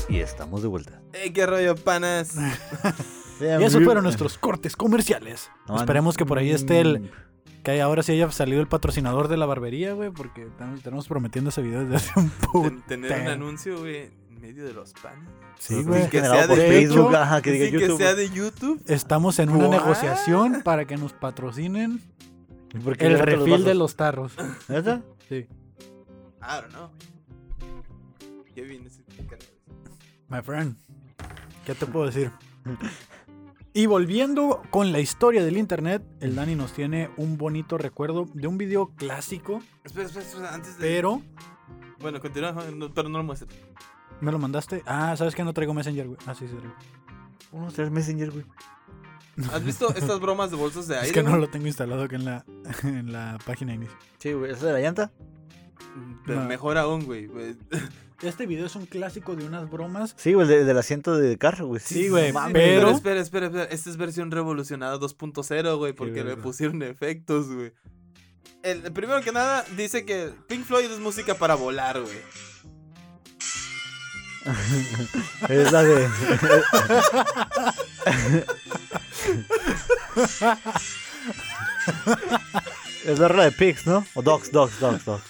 Y estamos de vuelta. ¡Ey, qué rollo, panas! Y esos fueron nuestros cortes comerciales. No, Esperemos que por ahí esté el. mm, Que ahora sí haya salido el patrocinador de la barbería, güey, porque tenemos, tenemos prometiendo ese video desde hace un puto. Ten- tener un anuncio, güey, en medio de los panes. Sí, pues, sí, güey. que generado sea por de Facebook, hecho, ajá, que diga Dicen YouTube. que sea de YouTube. Estamos en una What? Ah. negociación para que nos patrocinen ¿Por qué el levantan refil de vasos? los tarros. ¿Neta? Sí. I don't know. Qué bien ese canal. My friend, ¿qué te puedo <laughs> decir? Y volviendo con la historia del internet, el Dani nos tiene un bonito recuerdo de un video clásico, Espera, espera, espera, antes de... pero Bueno, continúa, no, pero no lo muestres. me lo mandaste. Ah, sabes que no traigo Messenger, güey. Ah, sí, sí traigo. Unos tres Messenger, güey. ¿Has visto <laughs> estas bromas de bolsas de aire? Es que no güey? lo tengo instalado acá en la, <laughs> en la página de inicio. Sí, güey. ¿Esa de la llanta? Pero No. Mejor aún, güey. güey. Este video es un clásico de unas bromas. Sí, güey, el, de- el del asiento de carro, güey. Sí, <laughs> güey, mames, pero- Espera, espera, espera. Esta es versión revolucionada 2.0, güey, porque le verga. pusieron efectos, güey. El, primero que nada, dice que Pink Floyd es música para volar, <laughs> güey. Es la de. <laughs> es la rola de Pigs, ¿no? O Dogs, Dogs, Dogs, Dogs.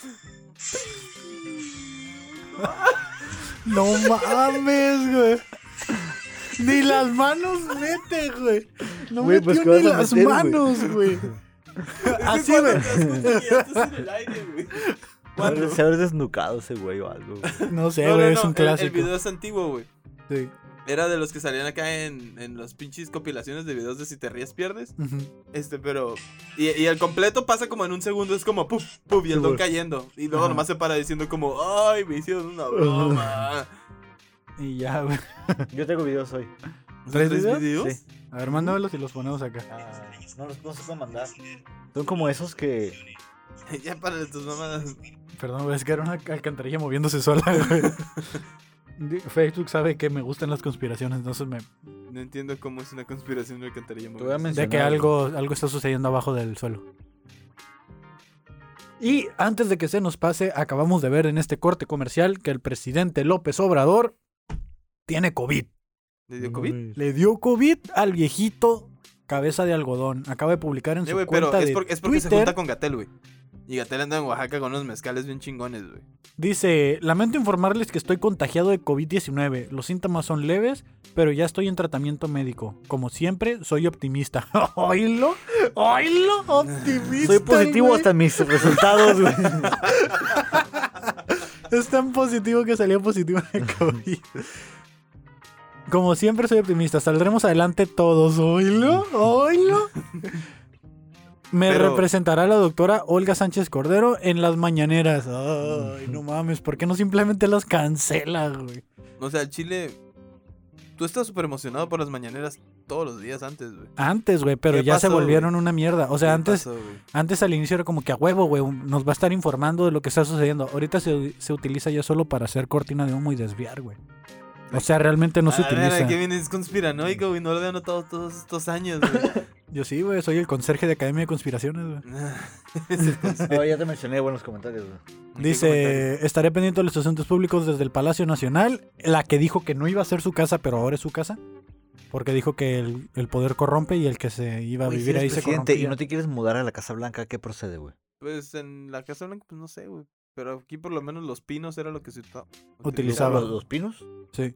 No mames, güey. Ni las manos mete, güey. No Güey, pues, metió ¿qué ni vas a las meter, güey? manos, güey. Así, güey. güey. en el aire, güey. Cuatro. Se haber desnucado ese güey o algo. güey. No sé, No, no, güey, es no, un el- clásico. El, video es antiguo, güey. Sí. Era de los que salían acá en, en los pinches compilaciones de videos de si te ríes, pierdes. Ujú. Este, pero. Y, y el completo pasa como en un segundo, es como puf, puf, y el Sí, don güey. cayendo. Y luego Ajá. nomás se para diciendo como, ay, me hicieron una broma. Y ya, güey. Yo tengo videos hoy. ¿Tres videos? videos? Sí. A Ah, ver, mándamelos y los ponemos acá. no los puedo mandar. Son como esos que. <laughs> ya para de tus mamadas. Perdón, güey, es que era una alcantarilla moviéndose sola, <laughs> güey. Di- Facebook sabe que me gustan las conspiraciones, entonces me... No entiendo cómo es una conspiración de alcantarilla Te voy a moviéndose. De que algo, algo está sucediendo abajo del suelo. Y antes de que se nos pase, acabamos de ver en este corte comercial que el presidente López Obrador tiene COVID. ¿Le dio COVID? Mm, Le dio COVID al viejito cabeza de algodón. Acaba de publicar en Sí, su güey, pero cuenta es de porque, es porque se Twitter. junta con Gatel, güey. Y Gatel anda en Oaxaca con unos mezcales bien chingones, güey. Dice, lamento informarles que estoy contagiado de COVID-19. Los síntomas son leves, pero ya estoy en tratamiento médico. Como siempre, soy optimista. <laughs> ¡Oílo! ¡Oílo! ¡Optimista! Soy positivo güey. hasta mis resultados, <laughs> güey. Es tan positivo que salió positivo de <laughs> COVID. Como siempre, soy optimista. Saldremos adelante todos. ¡Oílo! ¡Oílo! Me Pero- representará la doctora Olga Sánchez Cordero en las mañaneras. Ay, no mames, ¿por qué no simplemente las cancela, güey? O sea, el Chile. Tú estás súper emocionado por las mañaneras todos los días antes, güey. Antes, güey, pero ¿Qué ya se pasó, volvieron una mierda. O sea, ¿Qué antes, pasó, güey? antes al inicio era como que a huevo, güey, un- nos va a estar informando de lo que está sucediendo. Ahorita se, se utiliza ya solo para hacer cortina de humo y desviar, güey. O sea, realmente no se Ah, A la verga, utiliza. que vienes conspiranoico, güey. No lo había notado todos estos <laughs> años, güey. Yo sí, güey, soy el conserje de Academia de Conspiraciones, <laughs> güey. Ahora ya te mencioné buenos comentarios, güey. Dice, estaré pendiente de los asuntos públicos desde el Palacio Nacional, la que dijo que no iba a ser su casa, pero ahora es su casa, porque dijo que el, el poder corrompe y el que se iba a Güey, si vivir eres ahí se Pues presidente corrompía. y no te quieres mudar a la Casa Blanca, ¿qué procede, güey? Pues en la Casa Blanca, pues no sé, güey. Pero aquí por lo menos los pinos era lo que se uta- Utilizaba. ¿Los, los pinos? Sí.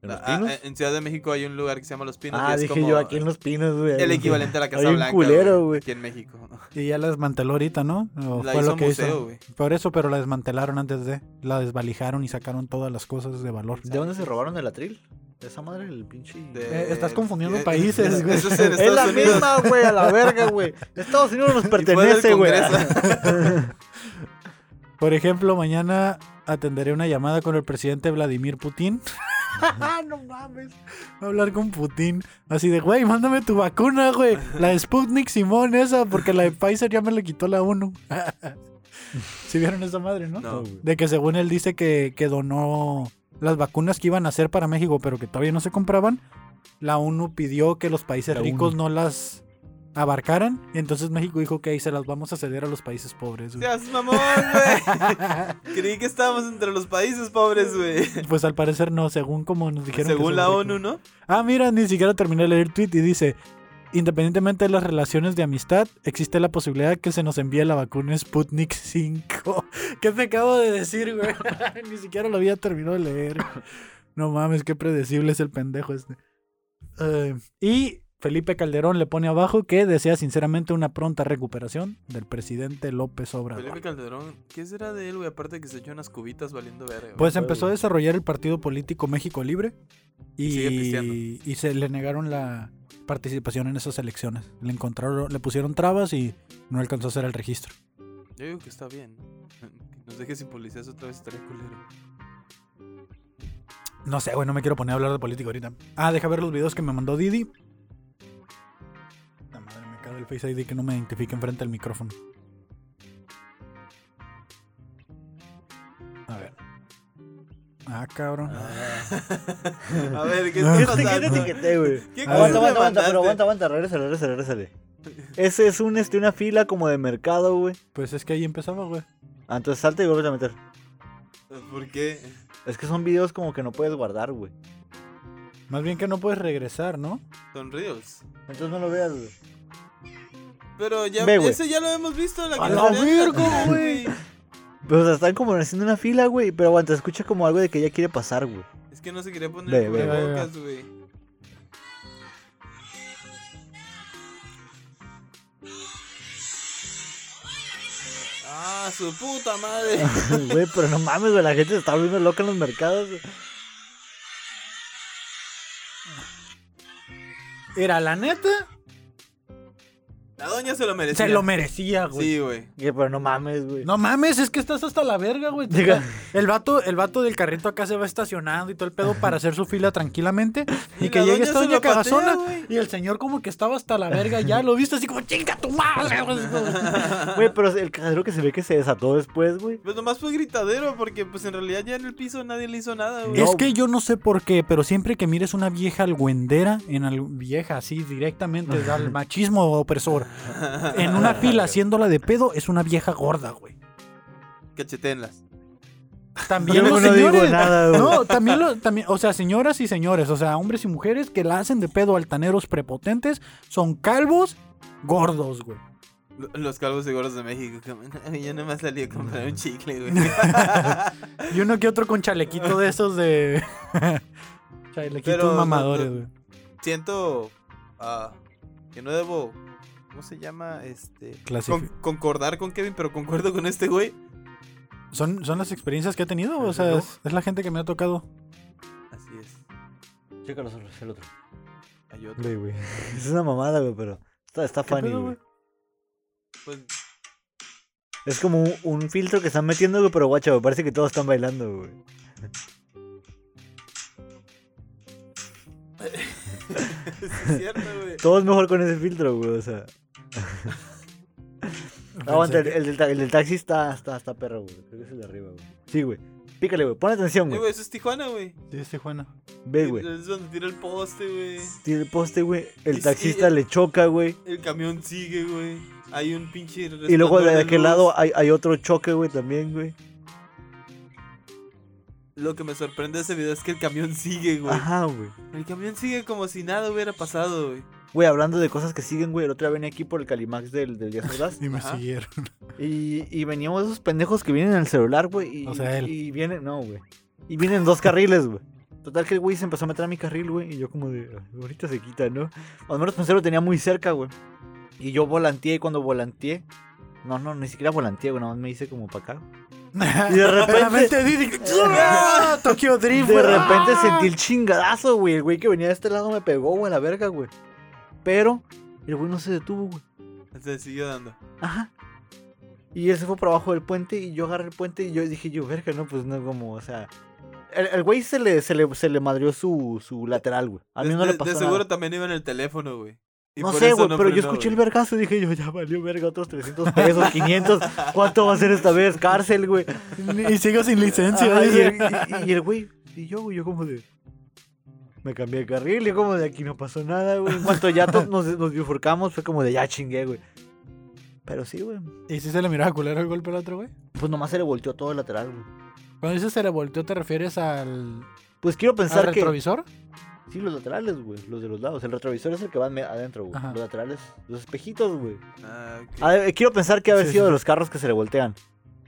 ¿En los Ah, pinos? en Ciudad de México hay un lugar que se llama Los Pinos. Ah, y es dije como yo, aquí en los pinos, güey. El equivalente a la Casa un Blanca. culero, güey. Aquí en México. ¿no? Y ya la desmanteló ahorita, ¿no? O La fue hizo lo que museo, hizo. güey. Por eso, pero la desmantelaron antes de. La desvalijaron y sacaron todas las cosas de valor. ¿De dónde se robaron el atril? De esa madre, el pinche. De- Eh, estás confundiendo eh, países, eso- güey. Eso es en Es la Estados Unidos. misma, güey, a la verga, güey. Estados Unidos nos Y fue del pertenece, güey. <laughs> Congreso. Por ejemplo, mañana atenderé una llamada con el presidente Vladimir Putin. no mames. Voy a hablar con Putin. Así de, güey, mándame tu vacuna, güey. La de Sputnik Simón, esa, porque la de Pfizer ya me la quitó la ONU. <laughs> ¿Sí vieron esa madre, no? No, De que según él dice que, que donó las vacunas que iban a hacer para México, pero que todavía no se compraban. La ONU pidió que los países La ricos ONU. no las abarcaran. Y entonces México dijo que ahí se las vamos a ceder a los países pobres. güey". Seas mamón, güey. Creí que estábamos entre los países pobres, güey. Pues al parecer no, según como nos dijeron. que Según la según- ONU, ¿no? Ah, mira, ni siquiera terminé de leer el tweet y dice, independientemente de las relaciones de amistad, existe la posibilidad que se nos envíe la vacuna Sputnik 5. <laughs> ¿Qué te acabo de decir, güey? <laughs> ni siquiera lo había terminado de leer. No mames, qué predecible es el pendejo este. Eh, y Felipe Calderón le pone abajo que desea sinceramente una pronta recuperación del presidente López Felipe Obrador. Calderón, ¿qué será de él, güey? Aparte de que se echó unas cubitas valiendo verga. güey. Pues empezó a desarrollar el partido político México Libre Y sigue pisteando. y, y se le negaron la participación en esas elecciones. Le encontraron, le pusieron trabas y no alcanzó a hacer el registro. Yo digo que está bien. <laughs> Que nos deje sin policías otra vez estaría culero. No sé, güey, no me quiero poner a hablar de política ahorita. Ah, deja ver los videos que me mandó Didi. La madre, me cago el Face ID que no me identifique enfrente del micrófono. A ver. Ah, cabrón. <laughs> A ver, <laughs> ¿qué <laughs> Ah. está Este que te pasando? etiqueté, güey. ¿Qué <laughs> A ver. Aguanta, aguanta, aguanta, mandaste? pero aguanta, aguanta, regrésale, regrésale, regrésale. Ese es un, este, una fila como de mercado, güey. Pues es que ahí empezamos, güey. Ah, entonces salta y vuelve a meter. ¿Por qué? Es que son videos como que no puedes guardar, güey. Más bien que no puedes regresar, ¿no? Son reels. Entonces no lo veas, güey. Pero ya, Ve, güey. ese ya lo hemos visto. La ¡A que la nos vean, <laughs> verga, güey! Pero, o sea, están como haciendo una fila, güey. Pero aguanta, escucha como algo de que ya quiere pasar, güey. <laughs> Es que no se quería poner Ve, el ve, ve, ve. cubrebocas, güey. Ah, su puta madre. Güey, pero no mames, güey. La gente se está volviendo loca en los mercados. güey. Era la neta. La doña se lo merecía. Se lo merecía, güey. Sí, güey. Que, pero no mames, güey. No mames, es que estás hasta la verga, güey. Diga- El vato, el vato del carrito acá se va estacionando y todo el pedo para hacer su fila tranquilamente. Y, Y que la llegue doña esta se doña lo patea, cagazona. güey. Y el señor como que estaba hasta la verga ya. Lo viste así como, chinga tu madre. güey". Güey, pero el cagadero que se ve que se desató después, güey. Pues nomás fue gritadero, porque pues en realidad ya en el piso nadie le hizo nada, güey. Es que yo no sé por qué, pero siempre que mires una vieja algüendera, en al- vieja así directamente al machismo opresor, en una fila haciéndola de pedo, es una vieja gorda, güey. Cachetenlas. También Yo los no digo señores. nada, güey. <laughs> no, también, lo- también, o sea, señoras y señores, o sea, hombres y mujeres que la hacen de pedo altaneros prepotentes, son calvos, gordos, güey. Lo- Los calvos y gordos de México. que- Yo nomás salí a comprar un chicle, <laughs> güey. Y uno que otro con chalequito de esos de. <laughs> Chalequitos Pero no- mamadores, no- güey. Siento ah, que no debo. ¿Cómo se llama? Este. Clasifi- con- concordar con Kevin, pero concuerdo con este güey. ¿Son, son las experiencias que he tenido, o Desde sea, luego. es, es la gente que me ha tocado. Así es. Chécalo, solo, es el otro. Hay otro. Ve, güey. Es una mamada, güey, pero está, está ¿Qué funny, pedo, güey. Pues, <laughs> Es como un, un filtro que están metiendo, güey, pero guacha, me parece que todos están bailando, güey. es cierto, güey. Todos mejor con ese filtro, güey, o sea. Ah, Aguanta, eh. el, el del, ta- el del taxi está, está, está perro, güey. Creo que es el de arriba, güey. Sí, güey. Pícale, güey. Pon atención, Eh, güey. güey, eso es Tijuana, güey. Sí, sí, Juana. Ve, güey. Es donde tira el poste, güey. Tiene el poste, güey. Y- El taxista y- le choca, güey. El camión sigue, güey. Hay un pinche. Y luego de resplandor aquel luz. lado hay, hay otro choque, güey, también, güey. Lo que me sorprende de ese video es que el camión sigue, güey. Ajá, güey. El camión sigue como si nada hubiera pasado, güey. Güey, hablando de cosas que siguen, güey. El otro día venía aquí por el Calimax del, del Díaz <laughs> Ordaz. Y me Ajá. siguieron. Y, y veníamos esos pendejos que vienen en el celular, güey. Y, O sea, él. y vienen, no, güey. Y vienen dos carriles, güey. Total que el güey se empezó a meter a mi carril, güey. Y yo como de, "Ay, ahorita se quita, ¿no? Más o menos pensé lo tenía muy cerca, güey. Y yo volanteé y cuando volanteé... No, no, ni siquiera volanteé, güey. Nada más me hice como para acá. <laughs> <laughs> Y de repente... Verdaderamente Didi- <laughs> ¡Ah! Tokyo Drift, De güey. repente ¡Ah! sentí el chingadazo, güey. El güey que venía de este lado me pegó, güey, a la verga, güey. Pero el güey no se detuvo, güey. Se siguió dando. Ajá. Y él se fue para abajo del puente y yo agarré el puente y yo dije, yo, verga, no, pues no, como, o sea. El, el güey se le, se le, se le madrió su, su lateral, güey. A mí de, no le de- de pasó nada. seguro también iba en el teléfono, güey. Y No por sé, eso güey, no pero yo frenó, escuché el güey. vergazo y dije, yo, ya valió verga, otros 300 pesos, 500. ¿Cuánto va a <laughs> ser esta vez? Cárcel, güey. Y sigo sin licencia. Ajá, y, dice. el, y- y el güey, y yo, güey, yo como de. Me cambié de carril y como de aquí no pasó nada, güey. En cuanto ya todos nos, nos bifurcamos, fue como de ya chingué, güey. Pero sí, güey. ¿Y si se le miraba culero el golpe al otro, güey? Pues nomás se le volteó todo el lateral, güey. Cuando dices se le volteó, ¿te refieres al, Pues quiero al pensar que. retrovisor? Sí, los laterales, güey. Los de los lados. El retrovisor es el que va me- adentro, güey. Ajá. Los laterales, los espejitos, güey. Ah, ok. A ver, Quiero pensar que ha haber Sí, sido sí. de los carros que se le voltean.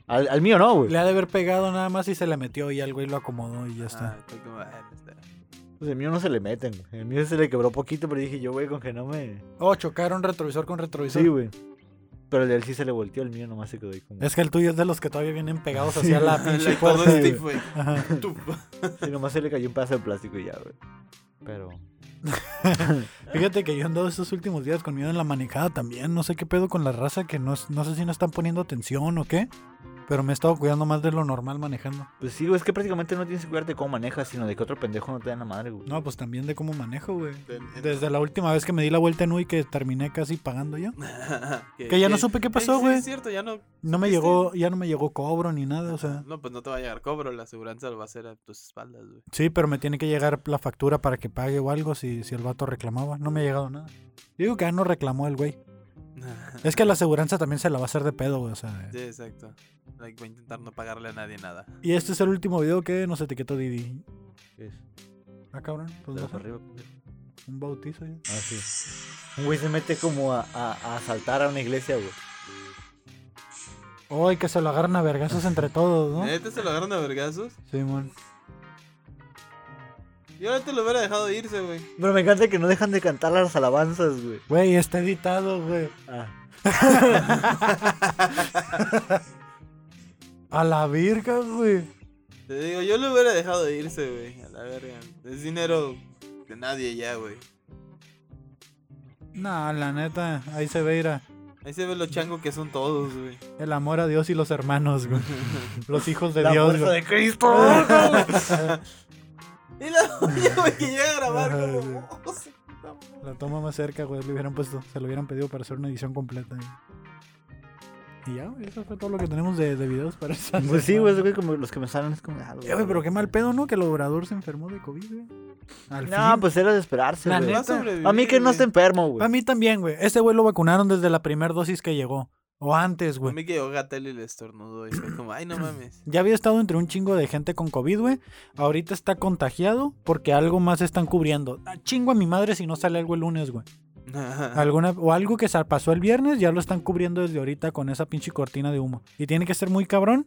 Al, al mío no, güey. Le ha de haber pegado nada más y se le metió y al güey lo acomodó y ya está. Ah, fue como, ah, no está. Pues el mío no se le meten. güey. El mío se le quebró poquito, pero dije yo, güey, con que no me. Oh, chocaron retrovisor con retrovisor. Sí, güey. Pero el de él sí se le volteó, el mío nomás se quedó ahí como. es que el tuyo es de los que todavía vienen pegados hacia la pinche <laughs> La- todo poste, este güey. fue. Ajá. <laughs> Tup. Sí, nomás se le cayó un pedazo de plástico y ya, güey. Pero. Fíjate que yo he andado estos últimos días con miedo en la manejada también. No sé qué pedo con la raza que no, es- no sé si no están poniendo atención o qué. Pero me he estado cuidando más de lo normal manejando. Pues sí, güey, es que prácticamente no tienes que cuidarte de cómo manejas, sino de que otro pendejo no te da la madre, güey. No, pues también de cómo manejo, güey. En- en- Desde la última vez que me di la vuelta en UI que terminé casi pagando yo. <laughs> que, Que ya no supe qué Ey, pasó, sí, güey. es cierto, ya no. No me ¿Viste? llegó, ya no me llegó cobro ni nada, o sea. No, pues no te va a llegar cobro. La aseguranza lo va a hacer a tus espaldas, güey. Sí, pero me tiene que llegar la factura para que pague o algo si, si el vato reclamaba. No me ha llegado nada. Digo que ya no reclamó el güey. <laughs> Es que la aseguranza también se la va a hacer de pedo, güey, o sea. <laughs> Sí, exacto. Like, voy a intentar no pagarle a nadie nada. Y este es el último video que nos etiquetó Didi. ¿Qué es? Ah, cabrón, pues De no los sé, arriba, pendejo. un bautizo. ya. Ah, sí. Un güey se mete como a, a, a asaltar a una iglesia, güey. Ay, que se lo agarran a vergazos entre todos, <laughs> Eh. ¿no? ¿Neta se lo agarran a vergazos? Simón. Yo ahora te lo hubiera dejado irse, güey. Pero me encanta que no dejan de cantar las alabanzas, güey. Güey, está editado, güey. Ah. A la virga, güey. Te digo, yo lo hubiera dejado irse, güey. A la verga. Es dinero de nadie ya, güey. No, la neta, ahí se ve mira, Ahí se ve lo chango que son todos, güey. el amor a Dios y los hermanos, <laughs> güey. Los hijos de la Dios, fuerza güey. de Cristo. Y la <laughs> olla, güey, que llega a grabar Ay, como vos. La toma más cerca, güey, le hubieran puesto, se lo hubieran pedido para hacer una edición completa. güey. Y ya, güey, eso fue todo lo que tenemos de, de videos para esta <laughs> pues sí, semana. güey, es que como los que me salen es como. ah, Eh, güey, pero qué mal pedo, ¿no? Que el obrador se enfermó de COVID, güey. Al No, fin. pues era de esperarse, La güey. Va neta. a sobrevivir, A mí que no güey. esté enfermo, A güey. mí también, güey. Este güey lo vacunaron desde la primera dosis que llegó. O antes, A güey. mí que llegó Gatel y le estornudó y fue como, <laughs> ay, no mames. Ya había estado entre un chingo de gente con COVID, güey. Ahorita está contagiado porque algo más están cubriendo. Ah, chingo a mi madre si no sale algo el lunes, güey. Alguna, o algo que sa- pasó el viernes ya lo están cubriendo desde ahorita con esa pinche cortina de humo. Y tiene que ser muy cabrón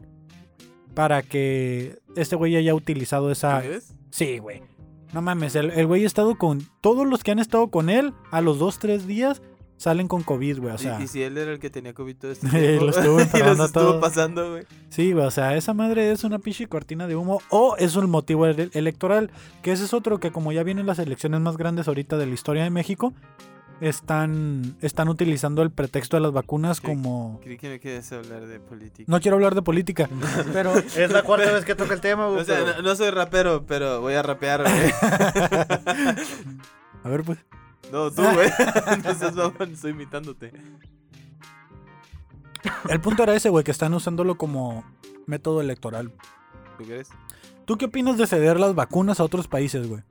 para que este güey haya utilizado esa, ¿Ves? Sí, güey. No mames, el, el güey ha estado con. Todos los que han estado con él, a los dos, tres días, salen con COVID, güey. O Y- sea, y, si él era el que tenía COVID todo <laughs> este Lo tiempo, estuvo <laughs> y los enfermando a estuvo todos. pasando, güey. sí, güey. O sea, esa madre es una pinche cortina de humo o es un motivo ele- electoral. Que ese es otro que, como ya vienen las elecciones más grandes ahorita de la historia de México, están, están utilizando el pretexto de las vacunas Sí. como. Creí que me querías hablar de política. No quiero hablar de <laughs> política, pero. Es la cuarta vez que toca el tema, güey. O sea, pero- no, no soy rapero, pero voy a rapear, güey. <laughs> A ver, pues. no, tú, güey. <laughs> No seas mamón, estoy imitándote. El punto era ese, güey, que están usándolo como método electoral. ¿Tú crees? ¿Tú qué opinas de ceder las vacunas a otros países, güey?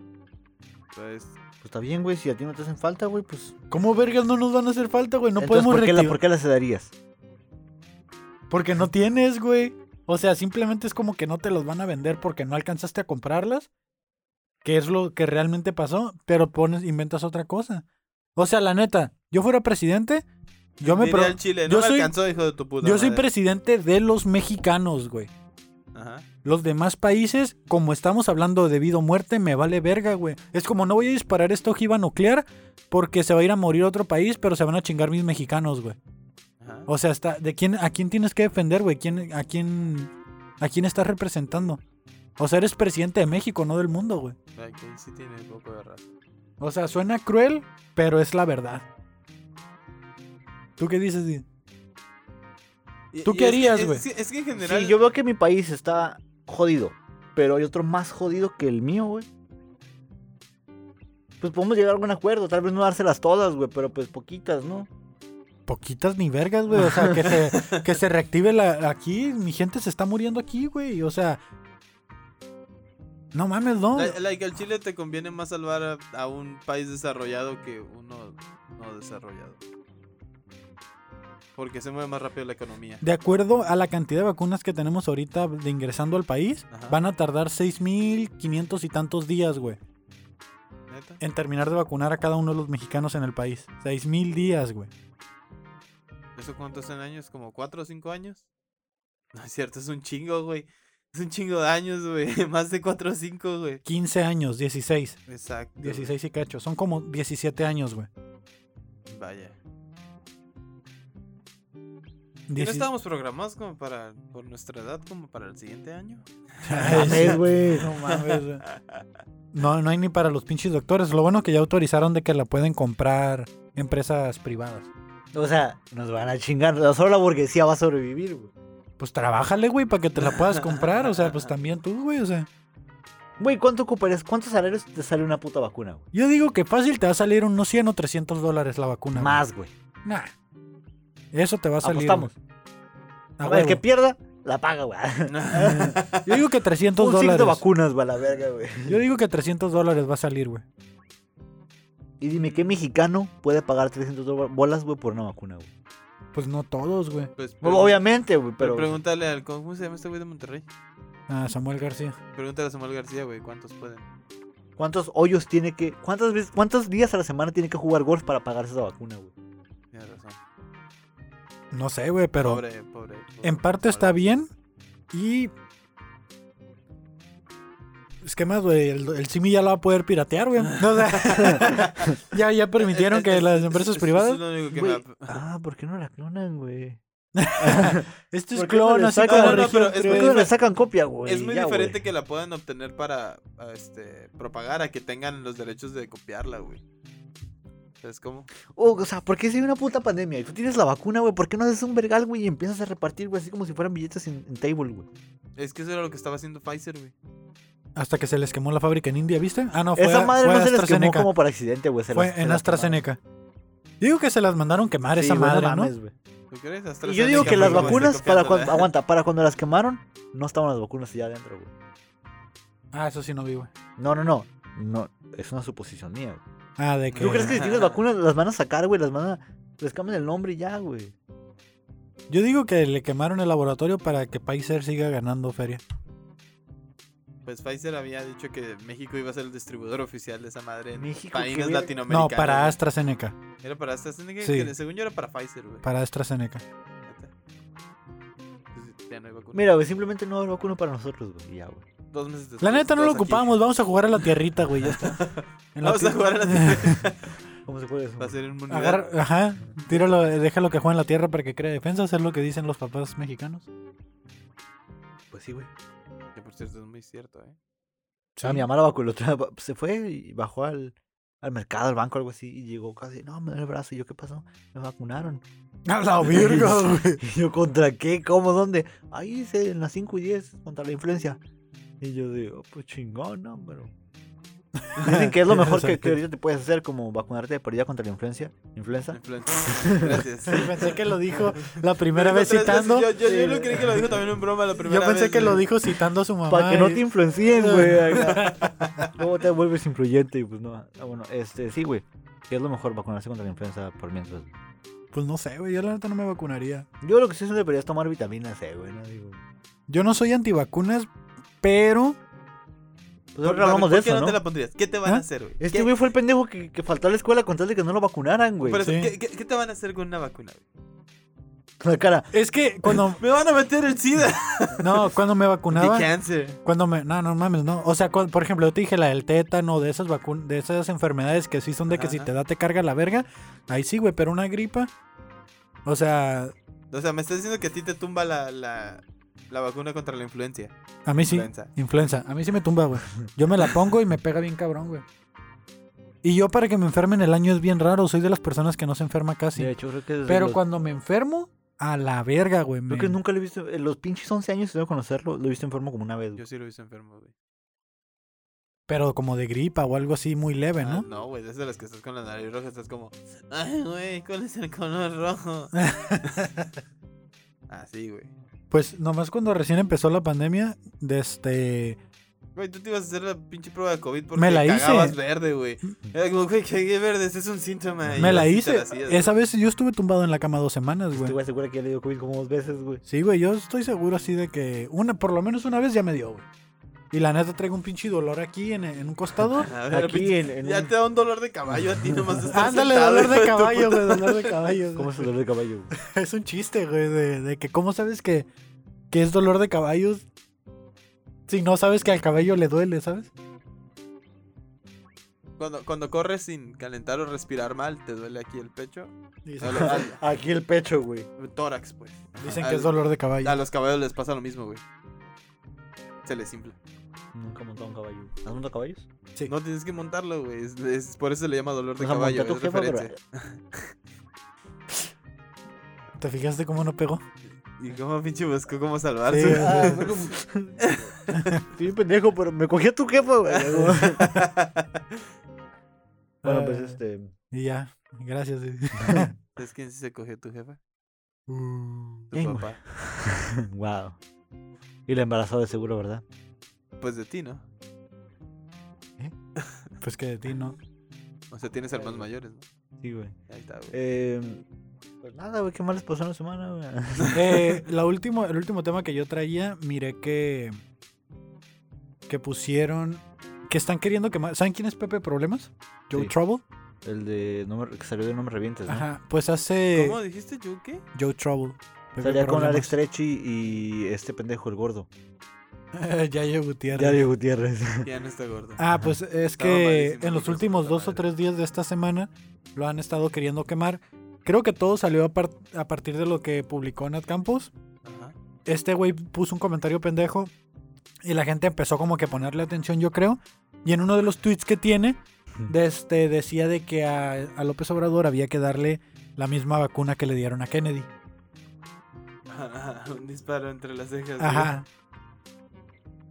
Pues, Pues está bien, güey. Si a ti no te hacen falta, güey, pues. ¿Cómo vergas no nos van a hacer falta, güey? No Entonces, podemos ¿por qué, la, reactivar- ¿Por qué la sedarías? Porque no tienes, güey. O sea, simplemente es como que no te los van a vender porque no alcanzaste a comprarlas. Que es lo que realmente pasó. Pero pones, inventas otra cosa. O sea, la neta, yo fuera presidente, yo me diría pro- al Chile, yo no me soy- alcanzó, hijo de tu puta Yo soy madre. presidente de los mexicanos, güey. Ajá. Los demás países, como estamos hablando de vida o muerte, me vale verga, güey. Es como no voy a disparar esta ojiva nuclear porque se va a ir a morir otro país, pero se van a chingar mis mexicanos, güey. Ajá. O sea, está, ¿de quién, ¿a quién tienes que defender, güey? ¿Quién, a, quién, ¿A quién estás representando? O sea, eres presidente de México, no del mundo, güey. Ay, que sí tiene un poco de razón. O sea, suena cruel, pero es la verdad. ¿Tú qué dices, Di? Y- ¿Tú qué y es que- harías, es güey? que- Es, que en general. Sí, yo veo que mi país está jodido, pero hay otro más jodido que el mío, güey. Pues podemos llegar a algún acuerdo, tal vez no dárselas todas, güey, pero pues poquitas, ¿no? Poquitas ni vergas, güey. O sea, que <laughs> se, que se reactive la, aquí. Mi gente se está muriendo aquí, güey. O sea. No mames, no. Like, like, al Chile te conviene más salvar a, a un país desarrollado que uno no desarrollado. Porque se mueve más rápido la economía. De acuerdo a la cantidad de vacunas que tenemos ahorita de ingresando al país, Ajá. van a tardar 6.500 y tantos días, güey. ¿Neta? en terminar de vacunar a cada uno de los mexicanos en el país. Seis mil días, güey. ¿Eso cuántos son años? ¿Como cuatro o cinco años? No es cierto, es un chingo, güey. Es un chingo de años, güey. <laughs> Más de cuatro o cinco, güey. 15 años, 16. Exacto. güey. 16 y cacho. Son como 17 años, güey. Vaya. ¿Y no Dieci- estábamos programados como para, por nuestra edad, como para el <laughs> siguiente año? <laughs> <laughs> Mames, güey. No mames, güey. No, no hay ni para los pinches doctores. Lo bueno que ya autorizaron de que la pueden comprar empresas privadas. O sea, nos van a chingar, solo la burguesía va a sobrevivir, güey. Pues trabájale, güey, para que te la puedas comprar. O sea, pues también tú, güey. O sea, Güey, ¿cuánto ocuparías? ¿Cuántos salarios te sale una puta vacuna, güey? yo digo que fácil te va a salir unos 100 o 300 dólares la vacuna. güey. Más, güey. Nah. Eso te va a salir. Apostamos. güey. A A ver, el que huevo. pierda, la paga, güey. Yo digo que 300 <laughs> Un ciclo de dólares. vacunas, va a la verga, güey. Yo digo que 300 dólares va a salir, güey. Y dime, ¿qué mexicano puede pagar 300 dola- bolas, güey, por una vacuna, güey? Pues no todos, güey. Pues, pero- Obviamente, güey, pero pero... pregúntale al. ¿Cómo se llama este güey de Monterrey? Ah, Samuel García. Pregúntale a Samuel García, güey, cuántos pueden. ¿Cuántos hoyos tiene que. ¿Cuántas veces, cuántos días a la semana tiene que jugar golf para pagarse esa vacuna, güey? Tienes razón. No sé, güey, pero pobre, pobre, pobre en parte Samuel. está bien. Y. Es que más, güey, el, el Simi ya la va a poder piratear, <laughs> güey. No, o sea, <laughs> ya, ya permitieron Es- Eh, es- que las es- empresas es- Es privadas. lo único que me Güey, ap- Ah, ¿por qué no la clonan, güey? Esto es ¿por qué no clon, le así sacan? como No, no, región pero es ¿Por tres. qué no le muy- sacan copia, güey? es muy Ya, diferente güey. que la puedan ah, obtener para a, este, propagar a que tengan los derechos de copiarla, güey. ¿Sabes cómo? Oh, o sea, ¿por qué si hay una puta pandemia y tú tienes la vacuna, güey? ¿Por qué no haces un vergal, güey, y empiezas a repartir, güey, así como si fueran billetes en, en table, güey? Es que eso era lo que estaba haciendo Pfizer, güey. Hasta que se les quemó la fábrica en India, ¿viste? Ah, no, fue, Esa a- madre fue no se les quemó AstraZeneca. como por accidente, güey. se fue las- se en las tomaron. AstraZeneca. Digo que se las mandaron quemar Sí, esa güey, no madre, ¿no? mames, güey. ¿Tú crees? Y yo digo AstraZeneca que las fue como vacunas, estoy copiando, para cuando, ¿eh? aguanta, para cuando las quemaron, no estaban las vacunas ya adentro, güey. Ah, eso sí no vi, güey. No, no, no. No, es una suposición mía, güey. Ah, de que. ¿Tú crees que si tienes vacunas las van a sacar, güey? Las van a... Les cambian el nombre y ya, güey. Yo digo que le quemaron el laboratorio para que Pfizer siga ganando feria. Pues Pfizer había dicho que México iba a ser el distribuidor oficial de esa madre en México, qué países verga. No, latinoamericanos. para güey. AstraZeneca. Era para AstraZeneca, Sí. que según yo era para Pfizer, güey. Para AstraZeneca. Neta. Pues, ya no hay vacuna. Mira, güey, simplemente no haber vacuna para nosotros, güey. y Ya, güey. Dos meses después, La neta no lo todos aquí. ocupamos, vamos a jugar a la tierrita, güey, ya está. En la Vamos a tierra- jugar a la <laughs> tierra. ¿Cómo se puede eso? Va a ser <laughs> inmunidad. Agarra, ajá, tíralo, eh, déjalo que juegue en la tierra para que cree defensa, es lo que dicen los papás mexicanos. Pues sí, güey. Que por cierto es muy cierto, eh. Ah, mi mamá la vacunó. la otra va- <laughs> Se fue y bajó al, al mercado, al banco, algo así. Y llegó casi, no, me duele el brazo. Y yo, ¿qué pasó? Me vacunaron. <laughs> A la virga, güey. Y yo, ¿contra qué? ¿Cómo? ¿Dónde? Ahí dice, en las 5 y 10, contra la influencia. Y yo digo, pues chingón, no, pero... <laughs> Dicen que es <laughs> lo mejor que, que ahorita te puedes hacer, como vacunarte de pérdida contra la influencia. Influenza. <laughs> Influenza. Gracias. Pensé que lo dijo la primera Lo vez dijo tres veces, citando. Yo, yo, yo Sí. lo creí que lo dijo también en broma la primera Yo pensé vez, que lo güey. dijo citando a su mamá. Para que no y- te influencien, <laughs> güey. acá. Luego te vuelves influyente y pues no. Ah, Bueno, este, sí, güey. Que es lo mejor vacunarse contra la influenza por mientras. Pues no sé, güey, yo la neta no me vacunaría. Yo lo que sí es que deberías tomar vitamina C, güey. ¿no? Digo, Yo no soy antivacunas, pero Pues ahora A ver, hablamos de ¿por qué eso, no ¿no? te la pondrías? ¿Qué te van a ¿Ah? hacer, güey? Este ¿Qué- güey fue el pendejo que, que faltó a la escuela con tal de que no lo vacunaran, güey. por eso, Sí. ¿qué- qué, qué te van a hacer con una vacuna? güey? La cara. es que cuando Me van a meter <laughs> el SIDA. no, cuando me vacunaba, The cancer. cuando me no, no mames, no. O sea, cuan- por ejemplo, yo te dije la del tétano, de esas vacunas, de esas enfermedades que sí son de que Ajá, si ajá. te da te carga la verga. Ahí sí, güey, pero una gripa. O sea, O sea, me estás diciendo que a ti te tumba la, la, la vacuna contra la influencia. a mí sí Influenza. Influenza. A mí sí me tumba, güey. Yo me la pongo y me pega bien cabrón, güey. Y yo para que me enferme en el año es bien raro. Soy de las personas que no se enferma casi. De hecho, creo que desde pero los- cuando me enfermo, a la verga, güey. Creo me- que nunca lo he visto. En los pinches 11 años que tengo que conocerlo, lo he visto enfermo como una vez. Yo güey. sí lo hice enfermo, güey. Pero como de gripa o algo así muy leve, Ah, ¿no? no, güey, desde las que estás con la nariz roja estás como, ay, güey, ¿cuál es el <laughs> color rojo? Así, güey. Pues nomás cuando recién empezó la pandemia, de este... Güey, tú te ibas a hacer la pinche prueba de COVID porque Me la hice. cagabas verde, güey. Era como, güey, cagué verde, ese es un síntoma. Y me la así te hice. hacías, güey. Esa vez yo estuve tumbado en la cama dos semanas, Este güey. güey asegura que ya le dio COVID como dos veces, güey. Sí, güey, yo estoy seguro así de que una, por lo menos una vez ya me dio, güey. Y la neta traigo un pinche dolor aquí en, en un costado. A ver, Aquí pinche- en. en Ya un- te da un dolor de caballo a ti nomás. de estar Ándale, sentado, dolor hijo de tu caballo, puta güey, dolor de caballo. ¿Cómo güey. es el dolor de caballo? güey? Es un chiste, güey, de, de que cómo sabes que, que es dolor de caballos si no sabes que al caballo le duele, ¿sabes? Cuando, cuando corres sin calentar o respirar mal, te duele aquí el pecho. Dicen, No, <laughs> lo- al- Aquí el pecho, güey. al tórax, pues. dicen al- que es dolor de caballo. A los caballos les pasa lo mismo, güey. Se les infla. <laughs> Nunca he montado un caballo. ¿Has montado caballos? Sí. No tienes que montarlo, güey. Es, es- por eso se le llama dolor de Pues a caballo. montar tu es jefa, pero- eh, referencia. ¿Te fijaste cómo no pegó? Y cómo pinche buscó cómo Sí, salvarse. güey. Ah, fue como- <laughs> Estoy bien pendejo, pero me cogí a tu <laughs> jefa, güey. bueno, pues Ah, este. <clears throat> Y ya, gracias. güey. <laughs> ¿Sabes quién sí se cogió tu jefa? Tu Bien, papá. wow. Y la embarazó de seguro, ¿verdad? Pues de ti, ¿no? pues que de ti, ¿no? O sea, tienes Eh, hermanos mayores, ¿no? Sí, güey. Ahí está, güey. Eh, pues nada, güey, qué mal les pasó en la semana, güey. <laughs> Eh, la último, el último tema que yo traía, miré que. que pusieron. que están queriendo quemar. ¿Saben quién es Pepe Problemas? Joe Sí. Trouble. El de no me- que salió de No me revientes, ¿no? Ajá, pues hace. ¿Cómo dijiste yo qué? Joe Trouble. Pepe Salía con Alex Problemas. Trechi y este pendejo, el gordo. <laughs> Yayo Gutiérrez. Diario Gutiérrez. <laughs> Ya no está gordo. Ah, pues es Estaba que malísimo, en los hijo de su últimos puta dos o madre. tres días de esta semana lo han estado queriendo quemar. Creo que todo salió a, par- a partir de lo que publicó Nat Campos. Ajá. Este güey puso un comentario pendejo y la gente empezó como que a ponerle atención, yo creo. Y en uno de los tweets que tiene de este, decía de que a, a López Obrador había que darle la misma vacuna que le dieron a Kennedy. <laughs> Un disparo entre las cejas. güey. Ajá.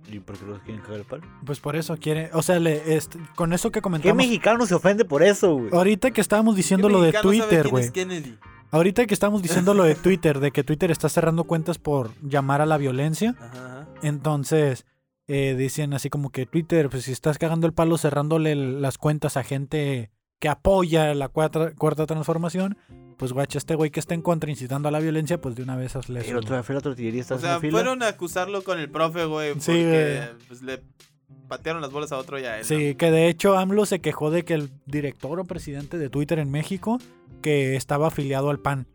¿Y por qué los quieren cagar el palo? Pues por eso quiere. O sea, le, este, con eso que ¿Qué comentamos. mexicano se ofende por eso, güey? Ahorita que estábamos ¿Qué diciendo lo de mexicano sabe Twitter, quién es güey. Kennedy? Ahorita que estamos diciendo lo de Twitter, de que Twitter está cerrando cuentas por llamar a la violencia. Ajá, ajá. Entonces, eh, dicen así como que Twitter, pues si estás cagando el palo cerrándole el- las cuentas a gente que apoya la cuarta, cuarta transformación, pues guacha, este güey que está en contra incitando a la violencia, pues de una vez hazle Pero eso. otra fue la tortillería está O sea, haciendo fila. fueron a acusarlo con el profe, güey. Sí, Porque pues, le patearon las bolas a otro y a él. Sí, que de hecho AMLO se quejó de que el director o presidente de Twitter en México que estaba afiliado al PAN.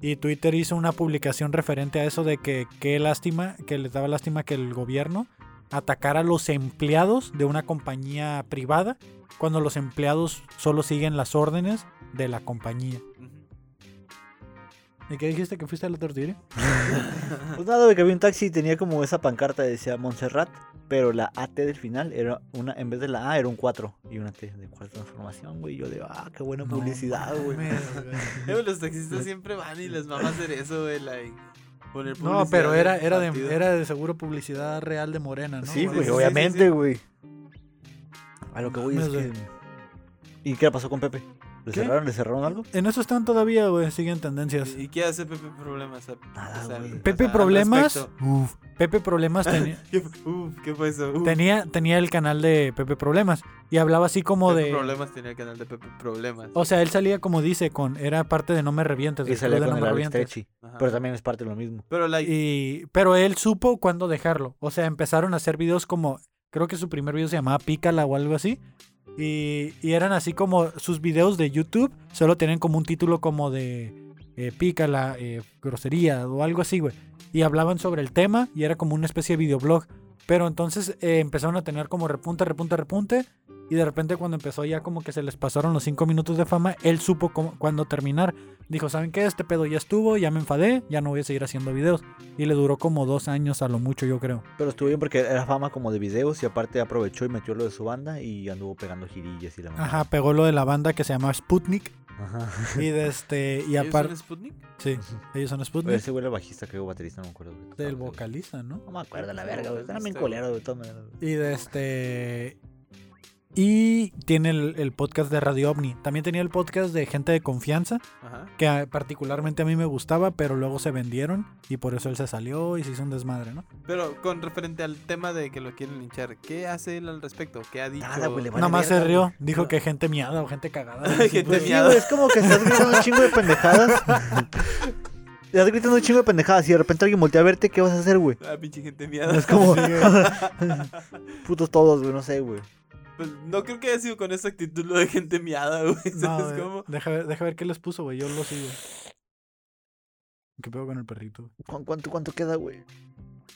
Y Twitter hizo una publicación referente a eso de que qué lástima, que les daba lástima que el gobierno atacara a los empleados de una compañía privada cuando los empleados solo siguen las órdenes de la compañía. ¿no? Ujú. ¿Y qué dijiste que fuiste a la tortilla? Pues nada, güey, que había un taxi y tenía como esa pancarta que decía Montserrat, pero la AT del final era una, en vez de la A era un 4 y una T de cuarta transformación, güey. Yo de, ah, qué buena publicidad, Ah, güey. <laughs> Eh, güey, los taxistas siempre van y les van a hacer eso, güey. la de poner No, pero publicidad era, del era, partido. de, era de seguro publicidad real de Morena, ¿no? sí, Sí, güey, sí, sí, sí, obviamente, sí. güey. A lo que voy es Mames, que... ¿Y qué le pasó con Pepe? ¿Le ¿Qué? Pues cerraron? ¿Le cerraron algo? En eso están todavía, güey, siguen tendencias. ¿Y y qué hace Pepe Problemas? a- Nada, o sea, güey. o Pepe sea, al Problemas. respecto? uf, Pepe <laughs> Problemas teni- ¿Qué, fue- uf, ¿qué fue eso? Uf, tenía, tenía el canal de Pepe Problemas. Y hablaba así como Pepe de. Problemas tenía el canal de Pepe Problemas. O sea, él salía como dice, con. Era parte de No Me Revientes. Y del salía Club de con No Ah. el Me Alex Revientes. Trechi, Ajá. pero también es parte de lo mismo. Pero la Y, pero él supo cuándo dejarlo. O sea, empezaron a hacer videos como. Creo que su primer video se llamaba Pícala o algo así. Y, y eran así como sus videos de YouTube. Solo tenían como un título como de eh, Pícala, eh, grosería o algo así, güey. Y hablaban sobre el tema y era como una especie de videoblog. Pero entonces eh, empezaron a tener como repunte, repunte, repunte. Y de repente cuando empezó ya como que se les pasaron los cinco minutos de fama, él supo cómo- cuándo terminar. Dijo, ¿saben qué? Este pedo ya estuvo, ya me enfadé, ya no voy a seguir haciendo videos. Y le duró como dos años a lo mucho, yo creo. Pero estuvo bien porque era fama como de videos y aparte aprovechó y metió lo de su banda y anduvo pegando girillas y la mamá. Ajá, pegó lo de la banda que se llamaba Sputnik. Ajá. Y de este, y ¿Ellos son aparte, Sputnik? sí, ellos son Oye, Sputnik. ese güey era bajista, creo, baterista, no me acuerdo. güey. Del Tocaba, güey. vocalista, ¿no? No me acuerdo, la verga, güey. Están bien Vocalista, culeros, güey. de todas maneras, güey. Y de este. Y tiene el, el podcast de Radio OVNI. También tenía el podcast de Gente de Confianza, Ajá. que a- particularmente a mí me gustaba, pero luego se vendieron y por eso él se salió y se hizo un desmadre, ¿no? Pero con referente al tema de que lo quieren linchar, ¿qué hace él al respecto? ¿Qué ha dicho? Nada, güey, le vale Nada más se verga, rió, güey. dijo No. que gente miada o gente cagada. Gente Pues, Pues sí, Miado. güey, es como que estás gritando un chingo <laughs> de pendejadas. estás gritando un chingo de pendejadas y de repente alguien voltea a verte, ¿qué vas a hacer, güey? Ah, pinche gente Es miada. como. Putos todos, güey, no sé, güey. Pues no creo que haya sido con esa actitud lo de gente miada, güey. <laughs> ¿Sabes No, güey, cómo? deja, ver, deja ver qué les puso, güey. Yo lo sigo. ¿Qué pedo con el perrito? güey? ¿Cu- ¿Cuánto, cuánto queda, güey?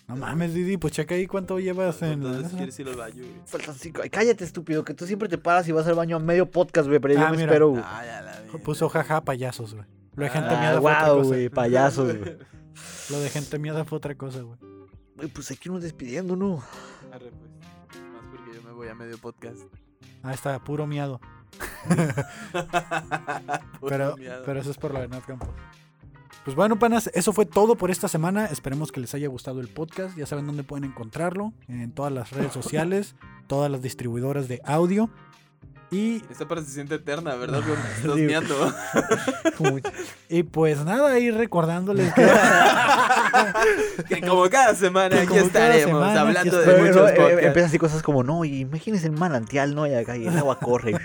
No mames, Didi, pues checa ahí cuánto llevas en la- Entonces quieres ir al baño, güey. Faltan cinco. Ay, cállate, estúpido, que tú siempre te paras y vas al baño a medio podcast, güey, pero yo Ah, me mira. espero, güey. Ah, ya la vi. Puso <laughs> jaja payasos, güey. Lo de gente Ah, miada fue otra guau, cosa. güey, payasos, güey. Lo de gente miada fue otra cosa, güey. Güey, pues aquí nos despidiendo, ¿no? Arre, pues. Más porque yo me voy a medio podcast. <laughs> Ah, está, puro miado. Puro Pero, miado. pero eso es por lo de Nat Campos. Pues bueno, panas, eso fue todo por esta semana. Esperemos que les haya gustado el podcast. Ya saben dónde pueden encontrarlo. En todas las <laughs> redes sociales, todas las distribuidoras de audio. <laughs> Y Esta parte se siente <laughs> eterna, ¿verdad? Porque me estás Sí. miando. Y pues nada, ahí recordándoles que <laughs> que como cada semana Que aquí como cada estaremos semana aquí hablando de Pero, muchos pero, eh, podcasts. empiezan así cosas como, no, y imagínense el manantial, ¿no? Y acá y el <laughs> agua corre.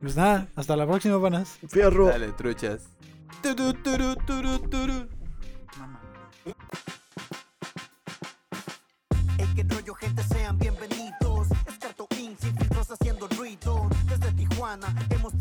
pues nada, hasta la próxima, panas. Fierro. Dale, truchas. Turu, turu, turu, turu. Ey, qué rollo, gente, sean bienvenidos. Es Carto Inc, sin filtros haciendo ruido. Desde Tijuana hemos